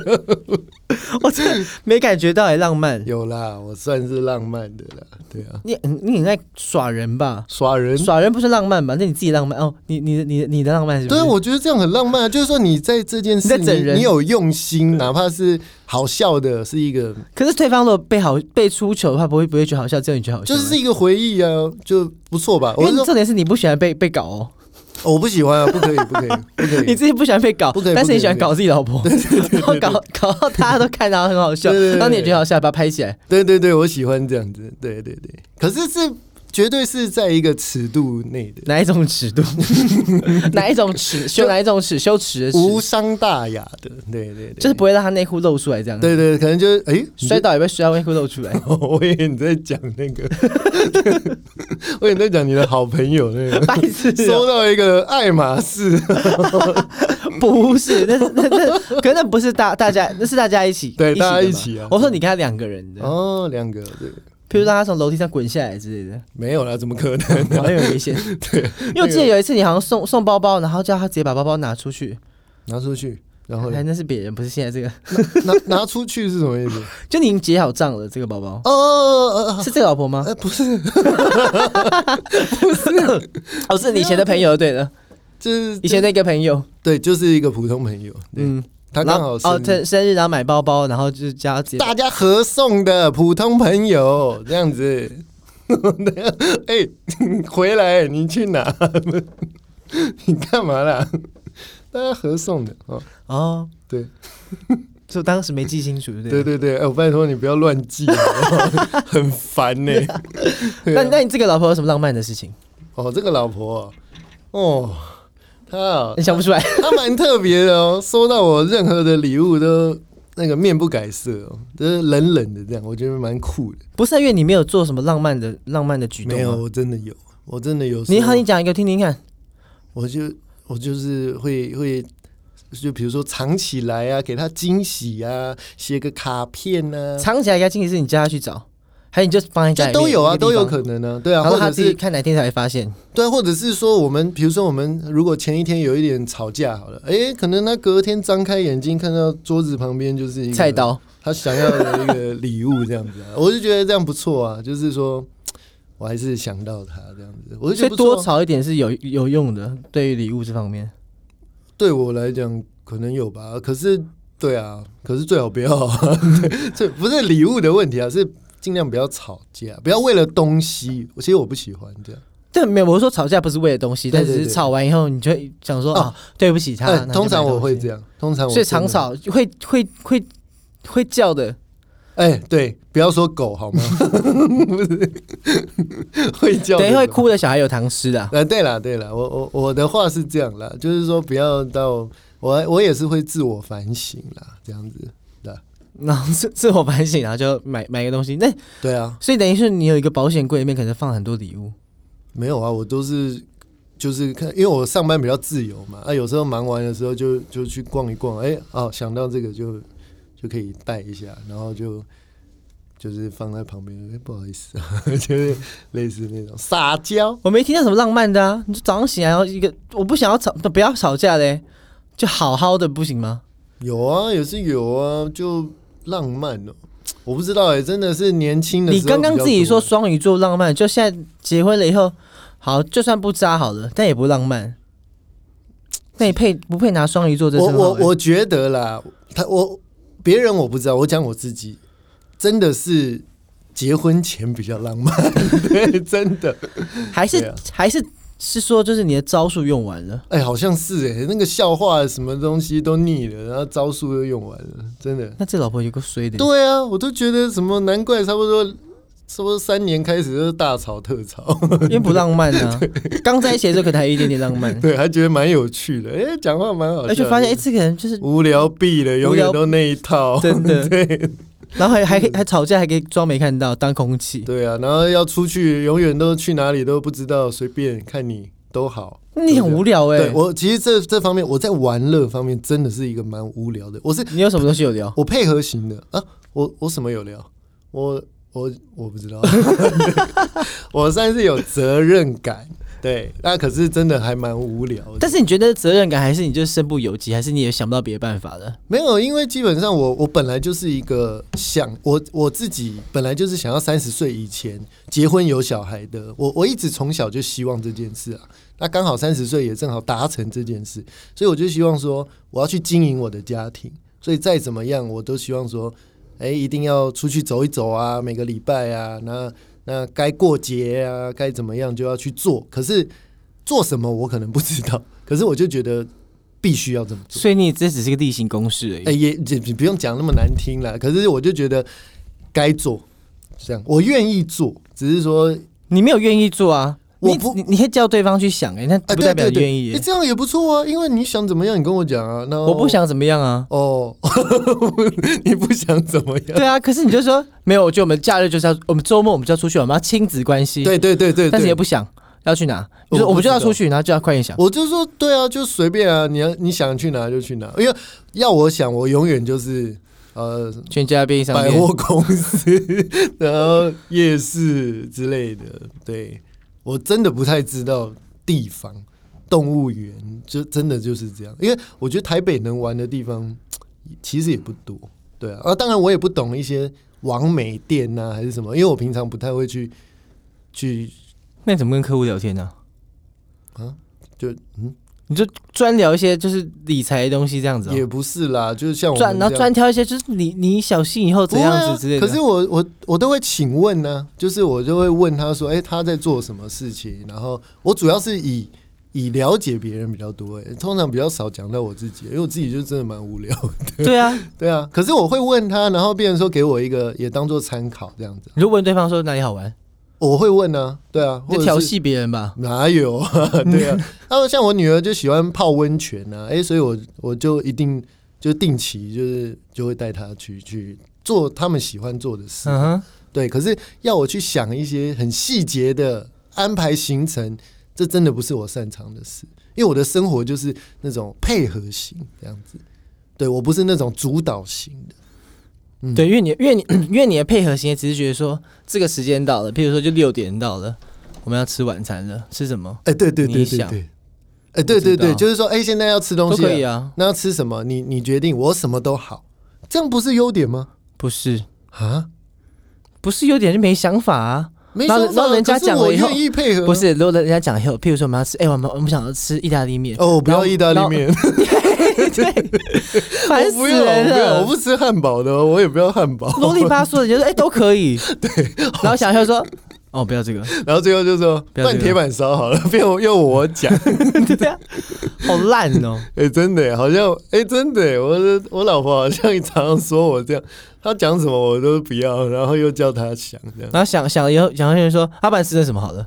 A: 我真的没感觉到哎、浪漫。
B: 有啦，我算是浪漫的啦，对啊，
A: 你你很爱耍人吧？
B: 耍人
A: 耍人不是浪漫吧？那你自己浪漫哦。你你你你的浪漫是不
B: 对，啊
A: 是？
B: 我觉得这样很浪漫啊，就是说你在这件
A: 你在
B: 事，
A: 整
B: 你
A: 人
B: 你有用心，哪怕是好笑的，是一个，
A: 可是对方如果被好被出糗的话，不会不会觉得好笑，只有你觉得好笑。
B: 就是是一个回忆啊，就不错吧。
A: 因
B: 我
A: 为
B: 是说，
A: 重点是你不喜欢被被搞哦，
B: 哦我不喜欢啊，不可以，不
A: <laughs>
B: 可以，不可
A: 你
B: 以。
A: 自己不喜欢被搞
B: 不可以，
A: 但是你喜欢
B: 不可以
A: 搞自己老婆，然后搞搞到大家都看到很好笑，
B: 对对对对
A: 然后你也觉得好笑，把它拍起来。
B: 对对对，我喜欢这样子，对对对。可是是绝对是在一个尺度内的，
A: <laughs> 哪一种尺度？哪一种尺？羞哪一种尺？羞耻的尺，
B: 无伤大雅的，对对对，
A: 就是不会让他内裤露出来这样。
B: 对对，可能就是哎，你
A: 摔倒也被摔到内裤露出来。 <laughs>
B: <laughs> 我以为你在讲那个， <laughs> 我以为你在讲你的好朋友那
A: <laughs>
B: 个， <laughs>
A: 白痴哦、
B: 收到一个爱马仕，
A: 不是，那是那那，可那不是大大家，那是大家一起，
B: 对
A: 的嘛
B: 大家一起啊
A: 我说你跟他两个人的，
B: 哦，两个对，
A: 譬如让他从楼梯上滚下来之类的，
B: 没有啦，怎么可能？
A: 好像有点危险。 <laughs> 对，因为我记得有一次你好像送送包包，然后叫他直接把包包拿出去，
B: 拿出去，然后
A: 哎，
B: 呢
A: 那是别人，不是现在这个。 <laughs>
B: 拿拿出去是什么意思？
A: 就你已经结好账了，这个包包
B: 哦哦哦
A: 是这个老婆吗？
B: 呃，不是，
A: 哦，是你以前的朋友，对的，
B: 就是
A: 以前那个朋友，
B: 对，就是一个普通朋友，对
A: 嗯，
B: 他
A: 然
B: 啊刚
A: 后
B: 好
A: 哦，
B: 是
A: 生生日然后买包包，然后就是叫他直接。
B: 大家合送的普通朋友这样子。哎、回来，你去哪？你干嘛啦？大家合送的哦。
A: 哦，
B: 对，
A: 就当时没记清楚，对不
B: 对对对，哎、我拜托你不要乱记，好不好很烦呢、啊
A: 那那你这个老婆有什么浪漫的事情？
B: 哦，这个老婆啊、哦，她啊
A: 你想不出来？ <laughs>
B: 她蛮特别的哦，收到我任何的礼物都那个面不改色哦，就是冷冷的这样，我觉得蛮酷的。
A: 不是因为你没有做什么浪漫的浪漫的举动吗，
B: 没有，啊我真的有，我真的有收。
A: 你好，你讲一个听听看。
B: 嗯我就我就是会会。就比如说藏起来啊，给她惊喜啊，写个卡片啊，
A: 藏起来该惊喜是你叫他去找，还是你就放在家
B: 这
A: 里面
B: 都有啊，
A: 一个
B: 都
A: 地
B: 有
A: 方
B: 可能啊，对啊，
A: 然
B: 或
A: 后他
B: 者
A: 自己
B: 是
A: 看哪天才会发现，
B: 对，或者是说我们，比如说我们如果前一天有一点吵架好了，诶，可能他隔天张开眼睛看到桌子旁边就是一个
A: 菜，刀。
B: 他想要的一个礼物这样子、
A: <laughs>
B: 啊，我就觉得这样不错啊，就是说我还是想到他这样子，我就
A: 所
B: 觉
A: 以
B: 得啊
A: 多
B: 吵
A: 吵一点是有有用的，对于礼物这方面。
B: 对我来讲可能有吧，可是对啊，可是最好不要、 <laughs> 啊，对这不是礼物的问题啊，是尽量不要吵架，不要为了东西，其实我不喜欢这样。
A: 但没有，我说吵架不是为了东西，
B: 对
A: 但
B: 对
A: 只是
B: 对
A: 吵完以后，你就会想说
B: 哦
A: 啊，对不起他。
B: 哎
A: 然后就
B: 通常
A: 买东
B: 我会
A: 西
B: 这，样，通常我
A: 所以
B: 真
A: 常
B: 的
A: 吵会会会会叫的。
B: 哎、对，不要说
A: <laughs>
B: 狗好吗？不是，会叫，
A: 等一下会。哭的小孩有糖吃的啊， <laughs>
B: 呃，对啦，对啦，我我我的话是这样啦，就是说不要到我我也是会自我反省啦，这样子。啊
A: 然后自自我反省，然后就买买个东西。那
B: 对啊，
A: 所以等于是你有一个保险柜里面可能放很多礼物，
B: 没有啊，我都是就是看，因为我上班比较自由嘛，啊，有时候忙完的时候就就去逛一逛，哎、哦，想到这个就就可以带一下，然后就就是放在旁边，哎、不好意思 <laughs> 啊，就是类似那种撒娇，
A: 我没听到什么浪漫的啊。你就早上醒来，然后一个我不想要吵，不要吵架嘞，就好好的不行吗？
B: 有啊，也是有啊，就浪漫哦、我不知道哎、真的是年轻的时
A: 你
B: 候
A: 刚刚
B: 比较
A: 自己
B: 多
A: 说双鱼座浪漫，就现在结婚了以后，好，就算不渣好了，但也不浪漫。那你配不配拿双鱼座这
B: 我
A: 称号
B: 我
A: 欸
B: 我觉得啦，他我别人我不知道，我讲我自己，真的是结婚前比较浪漫， <laughs> 对，真的，
A: 还是、
B: 对啊
A: 还是是说，就是你的招数用完了，
B: 哎、好像是哎、那个笑话什么东西都腻了，然后招数都用完了，真的。
A: 那这老婆有个衰的。
B: 对啊，我都觉得什么难怪，差不多差不多三年开始就是大吵特吵， <laughs>
A: 因为不浪漫啊，刚在一起的时候可能还有一点点浪漫，
B: 对，还觉得蛮有趣的，哎、讲话蛮好笑的，
A: 而且发现哎、这个人
B: <laughs>
A: 就是
B: 无聊毙了，永
A: 无聊
B: 远都那一套，
A: 真的
B: 对。
A: 然后还
B: 嗯
A: 还还吵架，还可以装没看到，当空气。
B: <laughs> 对啊，然后要出去，永远都去哪里都不知道，随便看你都好。
A: 那你很无聊哎、
B: 对我其实这这方面，我在玩乐方面真的是一个蛮无聊的。我是
A: 你有什么东西有聊？
B: 我配合型的啊，我我什么有聊？我我我不知道， <laughs> 我算是有责任感。对，那可是真的还蛮无聊的。
A: 但是你觉得责任感，还是你就是身不由己，还是你也想不到别的办法的？
B: 没有，因为基本上我我本来就是一个想我我自己本来就是想要三十岁以前结婚有小孩的，我我一直从小就希望这件事啊。那刚好三十岁也正好达成这件事，所以我就希望说我要去经营我的家庭，所以再怎么样我都希望说，哎、一定要出去走一走啊，每个礼拜啊，那那该过节啊，该怎么样就要去做。可是做什么我可能不知道，可是我就觉得必须要这么做。
A: 所以你这只是个例行公事而已。
B: 哎、也也也不用讲那么难听啦。可是我就觉得该做，这样我愿意做，只是说，
A: 你没有愿意做啊，
B: 我
A: 你
B: 不
A: 你你可以叫对方去想哎、那
B: 哎、
A: 不代表
B: 对
A: 你
B: 对对
A: 愿意、
B: 哎这样也不错啊。因为你想怎么样，你跟我讲啊。那
A: 我不想怎么样啊。
B: 哦， <laughs> 你不想怎么样？
A: 对啊，可是你就说 <laughs> 没有，就我们假日就是要，我们周末我们就要出去，我们要亲子关系。
B: <laughs> 对对对对
A: 但是也
B: 对，
A: 不想要去哪，就
B: 我
A: 是我
B: 不
A: 们就
B: 知
A: 要
B: 道
A: 出去，然后就要快点想。
B: 我就说对啊，就随便啊，你要你想去哪就去哪。因为要我想，我永远就是呃
A: 全家便利商
B: 百
A: 店，
B: 货公
A: <laughs>
B: 司，然后夜市之类的。对我真的不太知道地方，动物园就真的就是这样，因为我觉得台北能玩的地方其实也不多。对啊，啊，当然我也不懂一些网美店呐、还是什么，因为我平常不太会去去
A: 那你怎么跟客户聊天呢、
B: 就嗯
A: 你就专聊一些就是理财的东西这样子、
B: 也
A: 哦，
B: 不是啦，就是像我们
A: 专然后
B: 这样
A: 专挑一些就是你你小心以后
B: 不
A: 怎
B: 会
A: 样
B: 啊
A: 子之类的。
B: 可是我我我都会请问呢、就是我就会问他说，哎、他在做什么事情？然后我主要是以以了解别人比较多、哎，通常比较少讲到我自己，因为我自己就真的 <laughs> 蛮无聊。
A: 对啊，
B: 对啊，可是我会问他，然后别人说给我一个也当做参考这样子，
A: 你就问对方说哪里好玩，
B: 我会问呢、对啊，
A: 你
B: 或
A: 就
B: 者
A: 调
B: 是
A: 戏别人吧。
B: 哪有 <laughs> 啊？对
A: <laughs>
B: 啊，然后像我女儿就喜欢泡温泉啊，哎、所以我我就一定就定期就是就会带她去去做他们喜欢做的事。
A: 嗯哼，
B: 对，可是要我去想一些很细节的安排行程，这真的不是我擅长的事，因为我的生活就是那种配合型这样子。对我不是那种主导型的，嗯
A: 对，因为你因为你 <coughs> 因为你的配合型也只是觉得说这个时间到了，譬如说就六点到了，我们要吃晚餐了，吃什么
B: 哎、对对对
A: 你
B: 对
A: 想
B: 对，哎、对对
A: 我知道
B: 对，就是说，哎、现在要吃东
A: 都
B: 西了，
A: 可以啊，
B: 那要吃什么？你你决定，我什么都好，这样不是优点吗？
A: 不是
B: 啊，
A: 不是有点就没想法啊。
B: 没
A: 然后
B: 想法
A: 然后人家
B: 可是
A: 讲了
B: 我
A: 以后
B: 愿意配合啊，
A: 不是，如果人家讲以后，譬如说我们要吃，哎、我们我们想要吃意大利面，
B: 哦，我不
A: 然后
B: 要意大利面，
A: 烦
B: 我
A: 死
B: 不要，我
A: 人
B: 不要，我
A: 了。
B: 不吃汉堡的，我也不要汉堡，
A: 啰里吧嗦的，就是哎、都可以。对，然后想一下说，哦不要这个，
B: 然后最后就说
A: 不要这
B: 半
A: 个
B: 铁板烧好了， <laughs> 变我用我讲，
A: 对啊，好烂哦。
B: 哎、真的耶，好像哎、真的耶，我的我老婆好像常常说我这样，她讲什么我都不要，然后又叫她想这样，
A: 然后想想了以后，想一下说，阿爸吃的什么好了？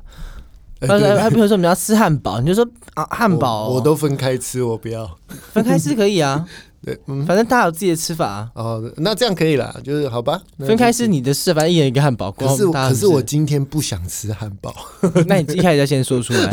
B: 哎
A: 他
B: 对
A: 说，他比如说我们要吃汉堡，你就说啊汉堡哦、
B: 我我都分开吃，我不要，
A: 分开吃可以啊。
B: 对，嗯，
A: 反正大家有自己的吃法啊。
B: 哦，那这样可以啦，就是好吧，那
A: 分开。
B: 就是
A: 你的事，反正一人一个汉堡。
B: 可是
A: 关我们大家
B: 可
A: 什么
B: 是我今天不想吃汉堡， <laughs>
A: 事，那你一开始要先说出来。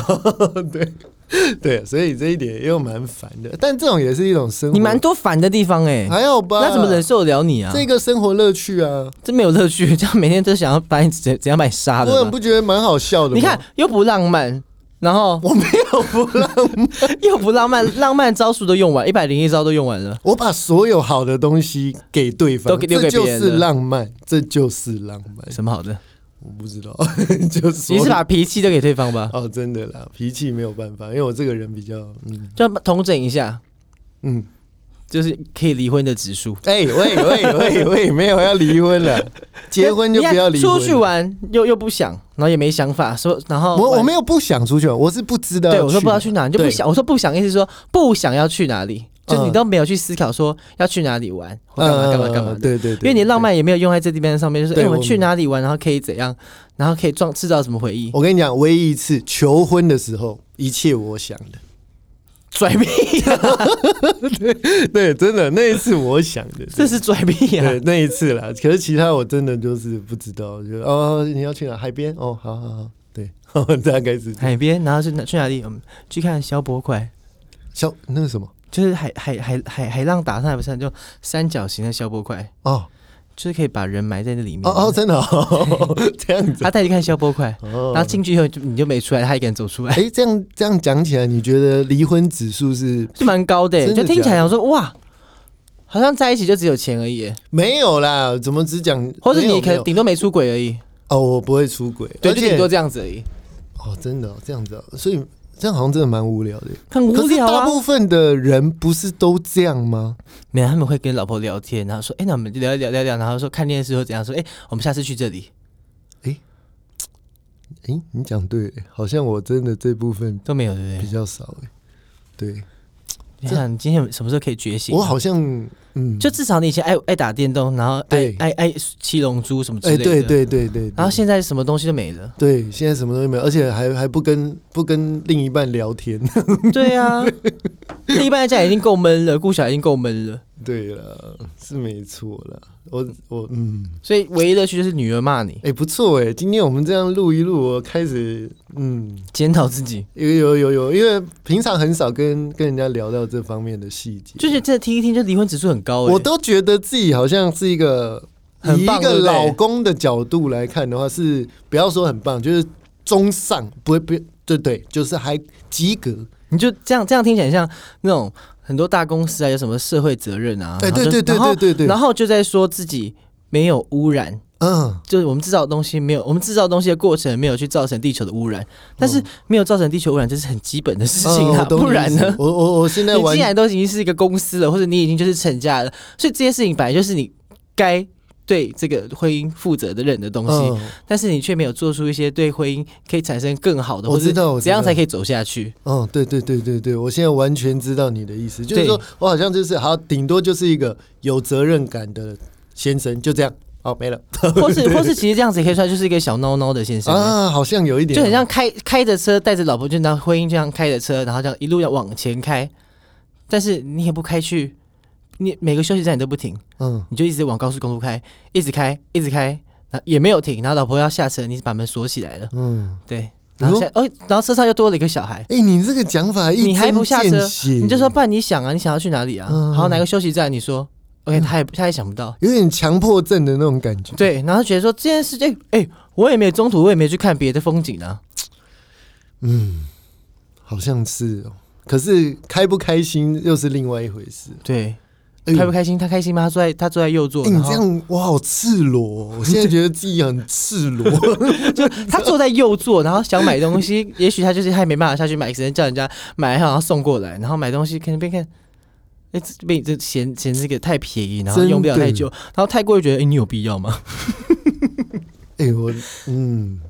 B: 对，所以这一点又蛮烦的。但这种也是一种生活，
A: 你蛮多烦的地方哎、
B: 还好吧？
A: 那怎么忍受得了你啊？
B: 这个生活乐趣啊？
A: 这没有乐趣，这样每天都想要把你怎怎样把你杀
B: 我
A: 了
B: 很
A: 吧。
B: 不觉得蛮好笑的。
A: 啊你看，又不浪漫，然后
B: 我没有不浪，
A: 又不浪漫， <laughs> 浪漫招数都用完，一百零一招都用完了。
B: 我把所有好的东西给对方，
A: 都给留给
B: 这就
A: 别人了
B: 是浪漫，这就是浪漫。
A: 什么好的？
B: 我不知道， <laughs> 就是所
A: 你
B: 有
A: 是把脾气都给对方吧，
B: 哦，真的啦，脾气没有办法，因为我这个人比较嗯
A: 就统整一下，
B: 嗯，
A: 就是可以离婚的指数。
B: 哎、喂 <laughs> 喂喂喂，没有要离婚了，结婚就不要离
A: 你
B: 婚
A: 看出
B: 了。
A: 去玩又又不想，然后也没想法，说然后
B: 我我
A: 玩
B: 没有不想出去玩，我是不知道。
A: 对我说不知道去哪，你就不
B: 对嗯
A: 想。我说不想，意思是说不想要去哪里，就是你都没有去思考说要去哪里玩，或干嘛干嘛干嘛
B: 呃
A: 的。
B: 对对
A: 因
B: 对，
A: 为你浪漫也没有用在这地方上面，就是哎、
B: 对
A: 我们
B: 我
A: 去哪里玩，然后可以怎样，然后可以创制造什么回忆
B: 对。，
A: <laughs>
B: 我跟你讲，唯一一次求婚的时候，一切我想
A: <laughs>
B: 的。
A: 拽屁、啊，
B: 对，真的那一次我想的。
A: 这是拽屁啊
B: 对！那一次啦，可是其他我真的就是不知道，就哦你要去哪海边哦，好好好，对， <laughs> 大概是这样
A: 海边，然后去哪去哪里？嗯，去看小博块，
B: 小那个什么
A: 就是海海海海海浪打上来不是就三角形的小博块，
B: 哦
A: 就是可以把人埋在那里面。啊
B: 哦哦，真的哦， <laughs> 这样子
A: 他带你看消波块，
B: 哦
A: 然后进去以后就你就没出来，他 <laughs> 一个人走出来，
B: 哎，这样这样讲起来，你觉得离婚指数是
A: 是蛮高的耶，欸
B: 真的
A: 就听起
B: 假
A: 来
B: 的
A: 想说哇，好像在一起就只有钱而已耶，
B: 没有啦？怎么只讲？
A: 或者
B: 没有
A: 你可
B: 没
A: 能
B: 有
A: 顶多没出轨而已，
B: 哦，我不会出轨，
A: 对，
B: 而
A: 就顶
B: 且
A: 多这样子而已，
B: 哦，真的、哦、这样子、哦，所以这样好像真的蛮无聊的。
A: 很无
B: 可是
A: 聊
B: 大
A: 啊。
B: 部分的人不是都这样吗？
A: 没有，他们会跟老婆聊天，然后说，哎，那我们聊一聊聊一聊，然后说看电视或怎样，说，哎，我们下次去这里
B: 诶、你讲对了，好像我真的这部分
A: 都没有，对不
B: 比
A: 对？
B: 较少诶。对
A: 你看你今天什么时候可以觉醒啊？
B: 我好像嗯，
A: 就至少你以前爱爱打电动，然后爱
B: 对
A: 爱爱七龙珠什么之
B: 哎、
A: 类的，
B: 对对对对对，，
A: 然后现在什么东西都没了
B: <laughs> 对现在什么都没有，而且还还不跟不跟另一半聊天。 <laughs>
A: 对啊，另一半在家已经够闷了，顾小孩已经够闷了。
B: 对了，是没错了。我我嗯，
A: 所以唯一乐趣就是女儿骂你
B: 哎、，不错哎，今天我们这样录一录，我开始嗯，
A: 检讨自己，
B: 有有有有，因为平常很少跟跟人家聊到这方面的细节，
A: 就是真的听一听，就离婚指数很高、欸。
B: 我都觉得自己好像是一个
A: 很
B: 以
A: 棒
B: 一个
A: 对不对
B: 老公的角度来看的话，是不要说很棒，就是中上，不会不会对对，就是还及格。
A: 你就这样这样听起来像那种很多大公司啊，有什么社会责任啊，
B: 哎，
A: 然后
B: 对
A: 就
B: 对对
A: 然后
B: 对对对
A: 然，后就在说自己没有污染。
B: 嗯，
A: 就是我们制造的东西没有，我们制造东西的过程没有去造成地球的污染，但是没有造成地球污染，这是很基本的事情
B: 嗯
A: 啊，
B: 我懂你
A: 不然
B: 意
A: 呢
B: 思？我我我现在
A: 你
B: 完
A: 既然都已经是一个公司了，或者你已经就是成家了，所以这些事情本来就是你该对这个婚姻负责的人的东西，
B: 嗯，
A: 但是你却没有做出一些对婚姻可以产生更好的，
B: 我
A: 或者
B: 知道我知道
A: 怎样才可以走下
B: <laughs>
A: 去？
B: 嗯，对对对对对，我现在完全知道你的意思，就是
A: 对
B: 说我好像就是好，顶多就是一个有责任感的先生，就这样，好没了
A: 或是或是其实这样子也可以算就是一个小孬孬的先生。
B: 啊，好像有一点，
A: 就很像开开着车带着老婆，就当婚姻这样开着车，然后这样一路要往前开，但是你也不开去，你每个休息站你都不停，
B: 嗯，
A: 你就一直往高速公路开，一直开，一直开，那也没有停，然后老婆要下车，你把门锁起来了，
B: 嗯，
A: 对，然后下，哦，然后车上又多了一个小孩，
B: 哎、你这个讲法一
A: 你还不下
B: 针
A: 车
B: 见血
A: 你就说，不然你想啊，你想要去哪里啊？
B: 嗯
A: 好，哪个休息站？你说，OK，他也他也想不到，
B: 有点强迫症的那种感觉。
A: 对，然后觉得说这件事情，哎、我也没有中途，我也没有去看别的风景啊，
B: 嗯，好像是哦。可是开不开心又是另外一回事。
A: 对，
B: 哎呦
A: 开不开心？他开心吗？他坐在他坐在右座，
B: 哎你
A: 然
B: 这
A: 后
B: 样我好赤裸、哦，我现在觉得自己很赤裸。 <laughs>
A: <laughs> 就他坐在右座，然后想买东西， <laughs> 也许他就是他也没办法下去买，只能叫人家买，然后送过来，然后买东西，可能边看。哎，这被你这嫌嫌这个太便宜，然后
B: 真的
A: 用不了太
B: 嗯
A: 久，然后太过又觉得，哎，你有必要吗？
B: 哎、我嗯，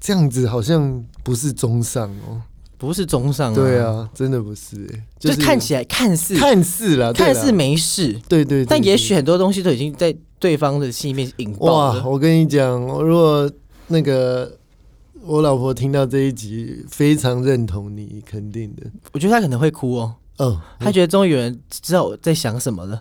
B: 这样子好像不是中上哦。
A: 不是中上啊，
B: 对，啊，真的不是、哎
A: 就是看起来看似
B: 看似啦，对
A: 看
B: 啦
A: 似没事，
B: 对对对
A: 但也
B: 对
A: 许很啊多东西都已经在对方的心里面引爆
B: 哇，
A: 了。
B: 我跟你讲，我如果那个我老婆听到这一集，非常认同你，肯定的。
A: 我觉得他可能会哭哦，
B: 嗯，
A: 他觉得终于有人知道我在想什么了，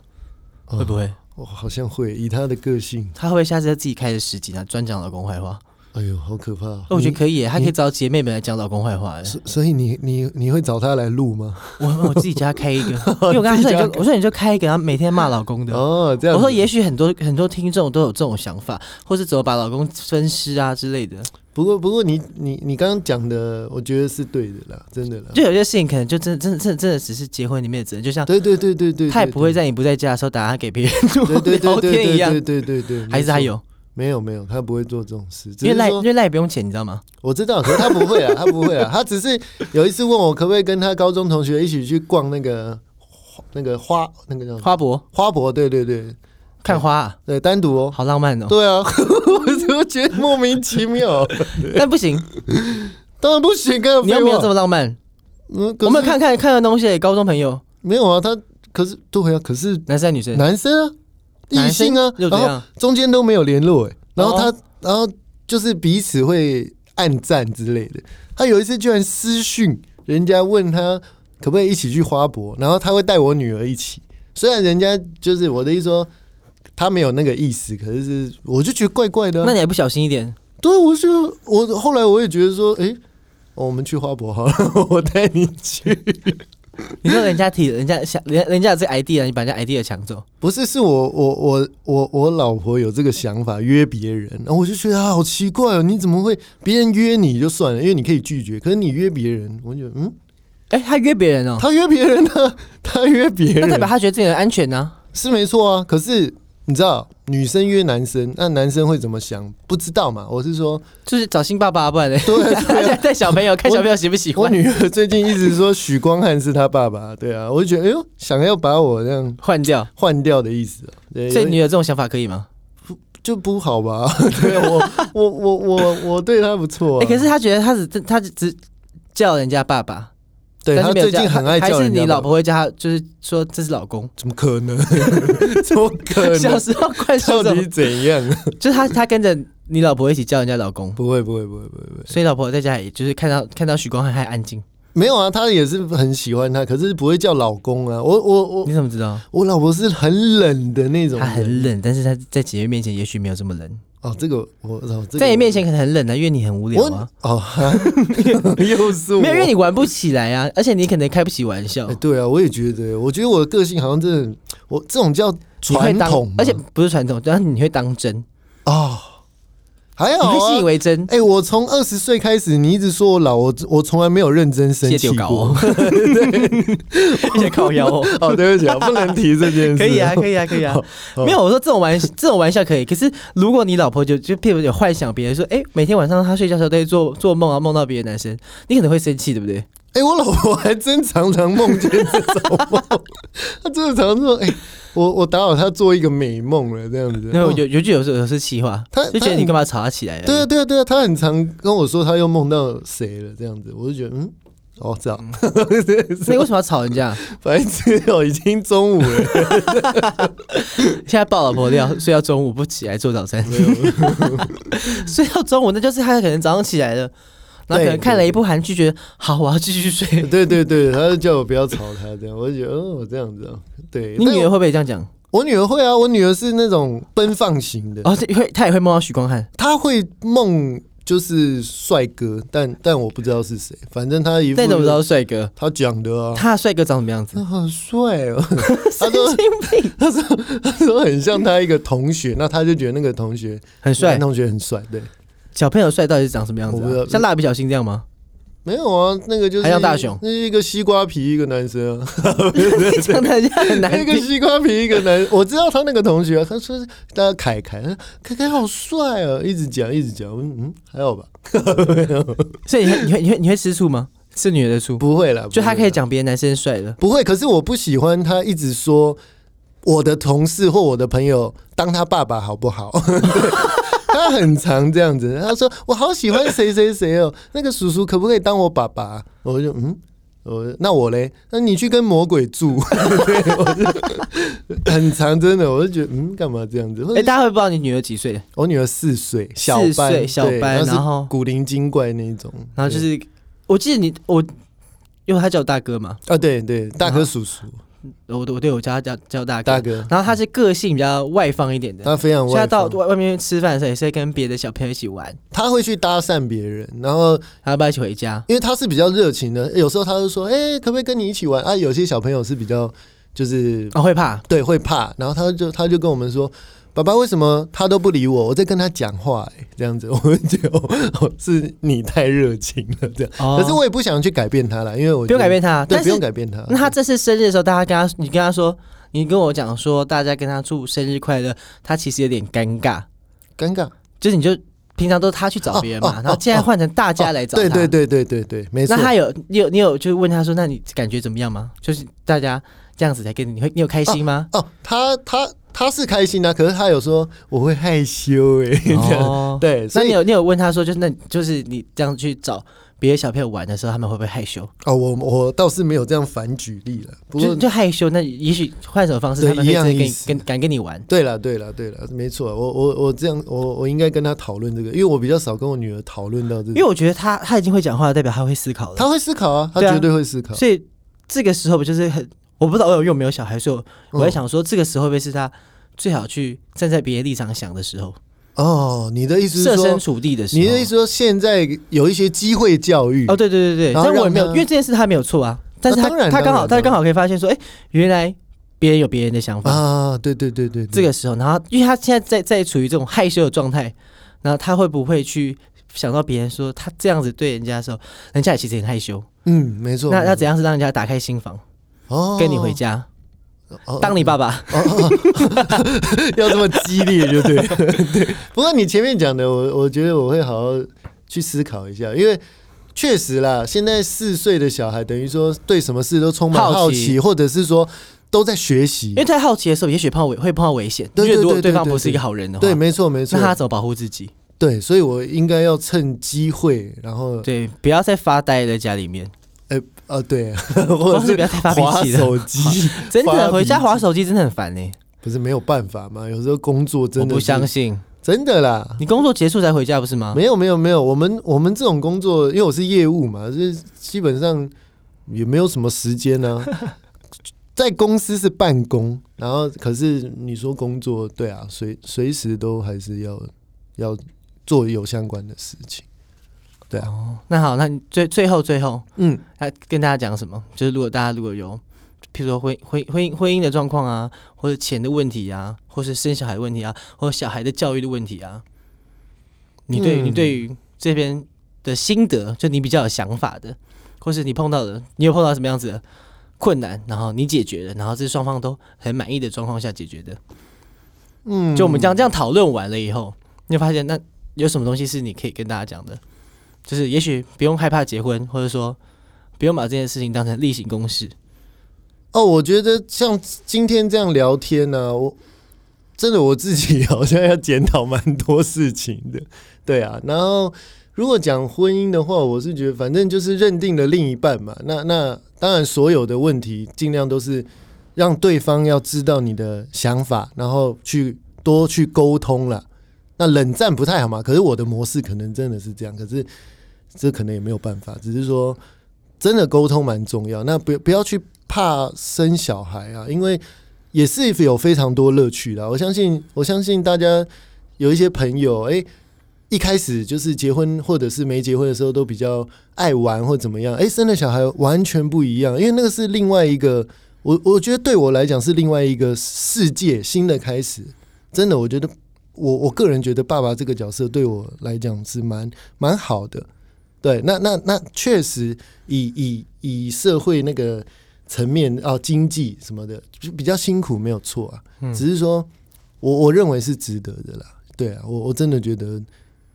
B: 嗯
A: 会不会？
B: 我好像会以他的个性，
A: 他会不会下次再自己开始十集呢，啊专讲老公坏话？
B: 哎呦，好可怕哦！
A: 那我觉得
B: 你
A: 可以耶，他可以找姐妹们来讲老公坏话耶。
B: 所所以你你你会找他来录吗？
A: <laughs> 我我自己家开一个， <laughs> 因为我刚刚说你就我说你就开一个，然后每天骂老公的。
B: 哦，这样
A: 我
B: 子
A: 说，也许很多很多听众都有这种想法，或是怎么把老公分尸啊之类的。
B: 不过不过你你你刚刚讲的，我觉得是对的啦，真的啦。
A: 就有些事情可能就真真真真的只是结婚里面的责任，就像
B: 对对对对对，
A: 他也不会
B: 在
A: 在你不在家的时候打电话给别人
B: 对对对
A: <laughs> 聊
B: 对
A: 天一样
B: 对对，对对对，
A: 还是他
B: 没错
A: 有，
B: 没有没有，他不会做这种事，只
A: 因为
B: 是
A: 赖因
B: 说
A: 为赖也不用钱，你知道吗？
B: 我知道，可是他不会啊，他不会啊， <laughs> 他只是有一次问我可不可以跟他高中同学一起去逛那个那个花那个叫什么
A: 花博
B: 花博，对对对
A: 看花啊、
B: 对，单独哦。
A: 好浪漫哦。
B: <laughs> 对啊，我就觉得莫名
A: <laughs>
B: 其妙，
A: 但不行，
B: 当然不行，跟
A: 你又没有这么浪漫。
B: 嗯，可
A: 我们
B: 是
A: 看看看的东西，高中朋友，
B: 没有啊，他可是对啊，可是
A: 男生还是女生，
B: 男生啊，异
A: 男生
B: 性啊，
A: 又怎
B: 然后
A: 样？
B: 中间都没有联络、欸，然后他，
A: 哦
B: 然后就是彼此会暗赞之类的。他有一次居然私讯人家问他可不可以一起去花博，然后他会带我女儿一起。虽然人家就是我的意思说他没有那个意思，可是是我就觉得怪怪的啊、
A: 那你还不小心一点？
B: 对，我就我后来我也觉得说，诶，哦我们去花博好了， <laughs> 我带你去。
A: 你说人家提，人家想，人家人家有这个 idea，你把人家 idea 抢走，
B: 不是，是我我我我我老婆有这个想法约别人，然后我就觉得啊，好奇怪哦，你怎么会别人约你就算了，因为你可以拒绝，可是你约别人，我就觉得嗯，
A: 哎、他约别人哦，
B: 他约别人呢，他约别
A: 那代表
B: 人
A: 他觉得自己很安全呢、
B: 是没错啊，可是你知道女生约男生，那男生会怎么想？不知道嘛，我是说，
A: 就是找新爸爸，不然
B: <laughs>
A: 呢？<laughs>
B: 对啊
A: 他在带小朋友，看小朋友喜不喜
B: 我
A: 欢，
B: 女儿最近一直说许光汉是他爸爸，对啊，我就觉得哎呦，想要把我这样
A: 换掉。
B: 换掉的意思啊，对，
A: 所以
B: 有
A: 你有这种想法可以吗？
B: 就不
A: <laughs>
B: 好吧？对啊我我我我我对他不错、啊，
A: 哎、可是他觉得他只他只只叫人家爸爸，
B: 对
A: 但
B: 他
A: 是没有
B: 最
A: 叫
B: 近很爱
A: 还
B: 叫
A: 是
B: 人家
A: 你老
B: 爸爸，
A: 婆会叫他，就是说这是老公。
B: 怎么可能？ <laughs> 怎么可
A: 小
B: 能？
A: 时候灌输这
B: 到底
A: 种，
B: 怎样？ <laughs>
A: 就是他他跟着你老婆一起叫人家老公，
B: 不会不会不会不会不会，
A: 所以老婆在家里就是看到看到许光汉还安静。
B: 没有啊，他也是很喜欢他，可是不会叫老公啊。我我我
A: 你怎么知道？
B: 我老婆是很冷的那种
A: 他
B: 人，
A: 很冷，但是他在姐妹面前也许没有这么冷，
B: 哦，这个我哦这个
A: 在你面前可能很冷的、因为你很无聊
B: 我
A: 啊，
B: 哦 <laughs> 哈，又是我
A: 没有，因为你玩不起来啊，而且你可能开不起玩笑
B: 哎，对啊，我也觉得，我觉得我的个性好像真的，我这种叫
A: 你会
B: 传
A: 当
B: 统嘛，
A: 而且不是传统，但是你会当真，你
B: 哦，还好
A: 会
B: 啊
A: 信以为真。
B: 哎、我从二十岁开始，你一直说我老，我我从来没有认真生
A: 谢
B: 气
A: 丢搞
B: 过
A: 哦。，
B: <laughs>
A: 一直靠腰哦，
B: 哦，对不起，啊，不能提这件事。
A: 可以啊，可以啊，可以啊。
B: 哦
A: 没有，我说这种玩这种玩笑可以，可是如果你老婆就就譬如有幻想别人说，哎、每天晚上她睡觉的时候都会做做梦啊，梦到别的男生，你可能会生气，对不对？
B: 哎、我老婆还真常常梦见这种梦，她真的常常说：“哎、我我打扰她做一个美梦了，这样子。”
A: 那我就有就有时候有时候气话，
B: 她
A: 就觉得你干嘛吵她起来了？
B: 哦对啊，对啊，对啊，她很常跟我说她又梦到谁了，这样子，我就觉得嗯。哦，这样，
A: 那你为什么要吵人家？
B: <laughs> 白痴哦，已经中午了，
A: 现在爆老婆
B: <laughs>
A: 料，睡到中午不起来做早餐， <laughs> 睡到中午那就是她可能早上起来了，然后可能
B: 对
A: 看了一部韩剧，觉得好，我要继续
B: <laughs>
A: 睡。
B: 对对对，他就叫我不要吵他，这样，我就觉得哦，这样子哦，对，
A: 你
B: 但
A: 女儿会不会这样讲？
B: 我女儿会啊，我女儿是那种奔放型的，
A: 哦，这会，她也会梦到许光汉，
B: 她会梦就是帅哥，但但我不知道是谁，反正她一副
A: 但你怎么知道是帅哥？
B: 她讲的啊，
A: 他的帅哥长什么样子
B: <laughs> 他？好帅哦，
A: 神
B: 都
A: 经病，
B: 她说她说很像她一个同学，那她就觉得那个同学
A: 很帅
B: <laughs> 男。同学很帅，对，
A: 小朋友帅到底是长什么样子、
B: 我不知
A: 啊
B: 道？
A: 像蜡笔小新这样
B: <laughs>
A: 吗？
B: 没有啊，那个就是
A: 还像大雄
B: 那是一个西瓜皮一个男生啊，
A: <laughs> 长得人家很难
B: 那个
A: 听。
B: 西瓜 <laughs> 皮一个男，我知道他那个同学啊，他说大家凯凯，他说凯凯好帅哦，一直讲一直讲，我说嗯还好吧，
A: 所以你会你会你会你会吃醋吗？吃女儿的醋？
B: 不会啦，啊
A: 就他
B: 不会
A: 可
B: 啦
A: 以讲别的男生帅了，
B: 不会，可是我不喜欢他一直说我的同事或我的朋友当他爸爸好不好？ <laughs> 对他很常这样子，他说我好喜欢谁谁谁哦，那个叔叔可不可以当我爸爸？我就嗯。我那我嘞？那你去跟魔鬼住， <laughs> 对我就 <laughs> 很长，真的，我就觉得嗯，干嘛这样子？或
A: 哎、
B: 者
A: 大家会不知道你女儿几岁的，
B: 我女儿四岁，小
A: 四
B: 班，
A: 岁小
B: 对
A: 班
B: 她是
A: 然后
B: 古灵精怪那一种，
A: 然后就是，我记得你我因为他叫我大哥嘛，
B: 啊，对对，大哥叔叔，
A: 我我对我叫他叫叫大哥，
B: 大哥，
A: 然后他是个性比较外放一点的，
B: 他非常
A: 所以
B: 外
A: 他到
B: 放，
A: 外外面吃饭的时候也是会跟别的小朋友一起玩，
B: 他会去搭讪别人，然后
A: 他要不要一起回家？
B: 因为他是比较热情的，有时候他就说，哎、可不可以跟你一起玩啊？有些小朋友是比较就是
A: 啊、会怕，
B: 对会怕，然后他就他就跟我们说。爸爸为什么他都不理我？我在跟他讲话、哎这样子， <laughs> 我们就哦是你太热情了，这样。
A: 哦
B: 可是我也不想去改变他了，因为我
A: 不用
B: 觉
A: 改
B: 得，
A: 变他，
B: 对，
A: 但
B: 不
A: 是
B: 用改变他。
A: 那他这次生日的时候，大家跟他，你跟他说，你跟我讲说，大家跟他祝生日快乐，他其实有点尴尬，
B: 尴尬，
A: 就是你就平常都是他去找别人嘛，
B: 哦哦哦哦
A: 然后现在换成大家来找他，
B: 对对对对对对，没错
A: 那。他有你有你有就是问他说，那你感觉怎么样吗？就是大家这样子才跟你，你会你有开心吗？
B: 哦，他他他是开心的、啊可是他有说我会害羞哎、 <laughs> 这
A: <laughs>
B: 样
A: 哦，
B: 对，
A: 那
B: 所
A: 你
B: 以
A: 有你有问他说，就是那就是你这样去找别的小朋友玩的时候，他们会不会害羞？
B: 哦，我我倒是没有这样反举例了，不
A: 就
B: 过
A: 就害羞，那也许换种方式，
B: 对
A: 他们会
B: 一样
A: 真的跟
B: 意
A: 你
B: 思
A: 跟敢跟你玩。
B: 对了对了对了，没错，啊我我我这样我我应该跟他讨论这个，因为我比较少跟我女儿讨论到这
A: 因为
B: 个，
A: 我觉得他他已经会讲话了，代表他会思考了。
B: 嗯他会思考啊，他
A: 对啊
B: 绝对会思考，
A: 所以这个时候不就是很，我不知道我有有没有小孩，所以我
B: 嗯
A: 我在想说，这个时候会不会是他最好去站在别的立场想的时候，
B: 哦，你的意思
A: 设
B: 是
A: 身
B: 说，
A: 处地的时候？
B: 你的意思说现在有一些机会教育
A: 哦，对对对对，但
B: 然后
A: 我也
B: 让
A: 没有，
B: 他
A: 因为这件事他没有错啊，但是
B: 啊
A: 他、
B: 当然
A: 他刚好
B: 当然当
A: 他
B: 然
A: 刚好可以发现说，哎，原来别人有别人的想法。
B: 啊，对对对对，对
A: 这个时候，然后因为他现在在在处于这种害羞的状态，然后他会不会去想到别人说他这样子对人家的时候，人家也其实很害羞。
B: 嗯，没错，
A: 那
B: 没
A: 要
B: 错
A: 怎样是让人家打开心房，
B: 哦
A: 跟你回家，
B: 哦
A: 当你爸爸？ <laughs>
B: 要这么激烈就对了 <laughs> 对。不过你前面讲的，我我觉得我会好好去思考一下，因为确实啦，现在四岁的小孩等于说对什么事都充满
A: 好奇哎
B: 好奇，或者是说都在学习
A: 因。为太好奇的时候，也许碰到危会碰到危险。
B: 对
A: 因为如果
B: 对
A: 对
B: 对对
A: 方
B: 对
A: 不是
B: 对
A: 一个好人的话，
B: 对，没错，没错
A: 那。他怎么保护自己？
B: 对，所以我应该要趁机会，然后
A: 对，不要再发呆在家里面，
B: 呃呃，对， <laughs> 或者
A: 是不要太发脾
B: 划
A: 气了
B: 手机，
A: <laughs> 真
B: <laughs> 发
A: 的
B: 脾
A: 回家
B: 气
A: 划手机真的很烦呢、欸
B: 不是没有办法嘛？有时候工作真
A: 我
B: 的
A: 不相
B: 信，
A: 信，
B: 真的啦，
A: 你工作结束才回家不是吗？
B: 没有没有没有，我们我们这种工作，因为我是业务嘛，就是基本上也没有什么时间呢、 <laughs> 在公司是办公，然后可是你说工作，对啊，随随时都还是要要做有相关的事情。
A: 那好，那你最最后最后，
B: 嗯，
A: 来跟大家讲什么？就是如果大家如果有，譬如说婚婚婚姻婚姻的状况啊，或者钱的问题啊，或是生小孩的问题啊，或者小孩的教育的问题啊，你对、
B: 嗯
A: 你对于这边的心得，就你比较有想法的，或是你碰到的，你有碰到什么样子的困难，然后你解决了，然后这是双方都很满意的状况下解决的。
B: 嗯
A: 就我们这样这样讨论完了以后，你会发现那有什么东西是你可以跟大家讲的，就是也许不用害怕结婚，或者说不用把这件事情当成例行公事。
B: 哦，我觉得像今天这样聊天呢、我真的我自己好像要检讨蛮多事情的， <laughs> 对啊。然后如果讲婚姻的话，我是觉得反正就是认定了另一半嘛，那那当然所有的问题尽量都是让对方要知道你的想法，然后去多去沟通啦。那冷战不太好嘛，可是我的模式可能真的是这样，可是这可能也没有办法，只是说真的沟通蛮重要。那不不要去怕生小孩啊，因为也是有非常多乐趣的啊。我相信，我相信大家有一些朋友，哎、一开始就是结婚或者是没结婚的时候都比较爱玩或怎么样，哎、生了小孩完全不一样，因为那个是另外一个，我我觉得对我来讲是另外一个世界新的开始。真的，我觉得我我个人觉得爸爸这个角色对我来讲是蛮蛮好的。对，那那那确实以以以社会那个层面啊、经济什么的，就比较辛苦，没有错啊。只是说我我认为是值得的啦。对啊，我我真的觉得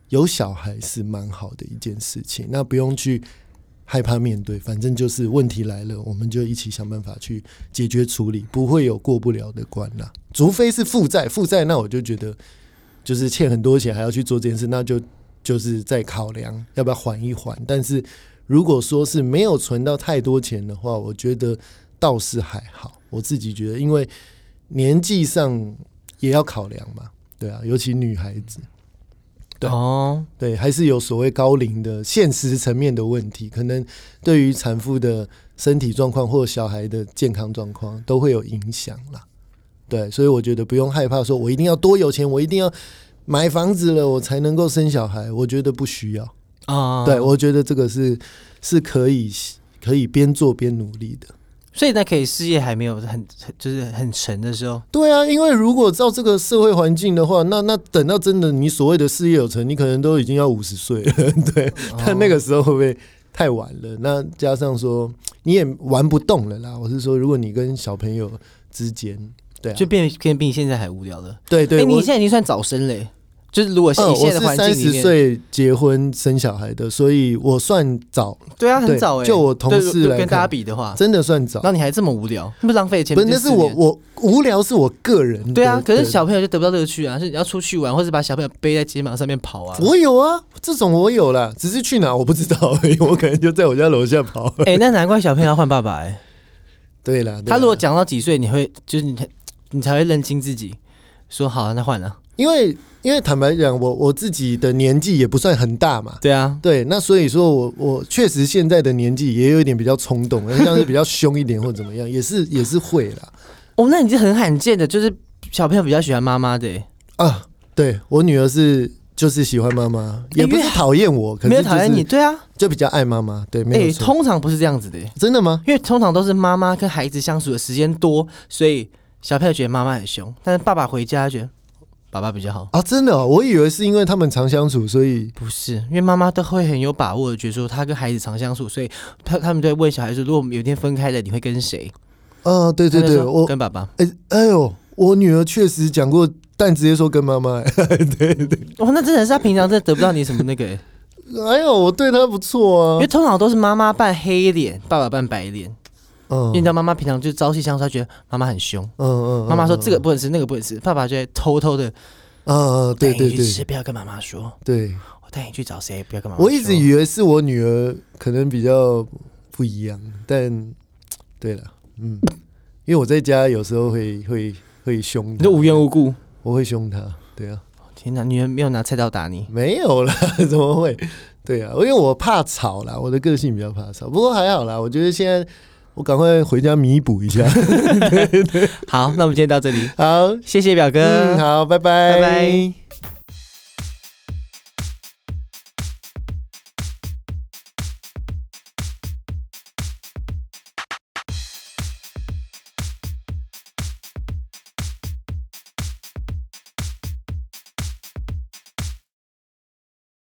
B: 有小孩是蛮好的一件事情，那不用去害怕面对，反正就是问题来了，我们就一起想办法去解决处理，不会有过不了的关啦。除非是负债，负债那我就觉得就是欠很多钱还要去做这件事，那就就是在考量要不要缓一缓。但是如果说是没有存到太多钱的话，我觉得倒是还好。我自己觉得，因为年纪上也要考量嘛，对啊，尤其女孩子。对
A: 哦，
B: 对，还是有所谓高龄的现实层面的问题，可能对于产妇的身体状况或小孩的健康状况都会有影响啦。对，所以我觉得不用害怕，说我一定要多有钱，我一定要买房子了，我才能够生小孩。我觉得不需要，
A: 啊，
B: 对我觉得这个是是可以可以边做边努力的。
A: 所以那可以事业还没有很很就是很沉的时候，
B: 对啊，因为如果照这个社会环境的话，那那等到真的你所谓的事业有成，你可能都已经要五十岁了， <laughs> 对，
A: 哦
B: 但那个时候会不会太晚了？那加上说你也玩不动了啦。我是说，如果你跟小朋友之间，对啊，
A: 就变变比你现在还无聊了。
B: 对对，
A: 哎你
B: 我
A: 现在已经算早生嘞，就是如果是
B: 嗯，
A: 你
B: 我
A: 现
B: 是
A: 在的环
B: 三
A: 境
B: 十
A: 里面，
B: 岁结婚生小孩的，所以我算早，
A: 对啊，很
B: 对
A: 早哎。
B: 就我同
A: 对
B: 事
A: 就
B: 来
A: 跟大家
B: 看
A: 比的话，
B: 真的算早
A: 然。后你还这么无聊，那不浪费钱？
B: 不是，
A: 就
B: 那是
A: 四
B: 我
A: 年
B: 我无聊是我个人的。
A: 对啊，可是
B: 对
A: 小朋友就得不到乐趣啊，是你要出去玩，或是把小朋友背在肩膀上面跑啊。
B: 我有啊，这种我有啦，只是去哪我不知道而已，我可能就在我家楼下跑。
A: 哎、那难怪小朋友要换爸爸哎、
B: <laughs> 对啦， <laughs> 对啦啊
A: 他如果讲到几岁，你会就是你才你才会认清自己，说好、啊、那换了、
B: 因为因为坦白讲，我我自己的年纪也不算很大嘛。
A: 对啊，
B: 对，那所以说我我确实现在的年纪也有一点比较冲动，像是比较凶一点或怎么样，也是 <laughs> 也是会啦。
A: 哦，那你是很罕见的，就是小朋友比较喜欢妈妈的、欸，
B: 啊，对我女儿是就是喜欢妈妈，也不是讨厌我，可是、
A: 没
B: 就
A: 有
B: 是、
A: 讨厌你，对啊，
B: 就比较爱妈妈。对，没
A: 哎、
B: 有错。
A: 通常不是这样子的欸、
B: 真的吗？
A: 因为通常都是妈妈跟孩子相处的时间多，所以小朋友觉得妈妈很凶，但是爸爸回家觉得爸爸比较好。
B: 啊，真的、哦，我以为是因为他们常相处，所以
A: 不是，因为妈妈都会很有把握的觉得说，她跟孩子常相处，所以她他们都会问小孩说，如果我们有一天分开了，你会跟谁？
B: 啊，对对
A: 他就
B: 对，
A: 说
B: 我
A: 跟爸爸。
B: 哎、哎呦，我女儿确实讲过，但直接说跟妈妈、哎对对，
A: 哇，那真的是她平常真的得不到你什么那
B: <laughs>
A: 个欸、
B: <laughs> 哎呦，我对她不错
A: 因
B: 啊
A: 为，通常都是妈妈扮黑脸，爸爸扮白脸。因为你知
B: 嗯
A: 道妈妈平常就朝夕相处，她觉得妈妈很凶，
B: 嗯嗯，
A: 妈妈说这个
B: 嗯，
A: 不能吃，那个不能吃，爸爸就会偷偷的
B: 嗯嗯，对对
A: 带你去
B: 对
A: 吃，不要跟妈妈说，
B: 对，
A: 我带你去找谁，不要跟妈妈说。
B: 我一直以为是我女儿可能比较不一样，但对了，嗯，因为我在家有时候会会会凶
A: 你
B: 她
A: 就，无缘无故，
B: 我会凶她，对啊，
A: 天哪，女人没有拿菜刀打你，
B: 没有啦， <laughs> 怎么会？对啊，因为我怕吵啦，我的个性比较怕吵，不过还好啦，我觉得现在我赶快回家弥补一下。 <laughs>
A: 好，那我们今天到这里，
B: 好，
A: 谢谢表哥。
B: 嗯，好，拜
A: 拜
B: 拜，
A: 拜。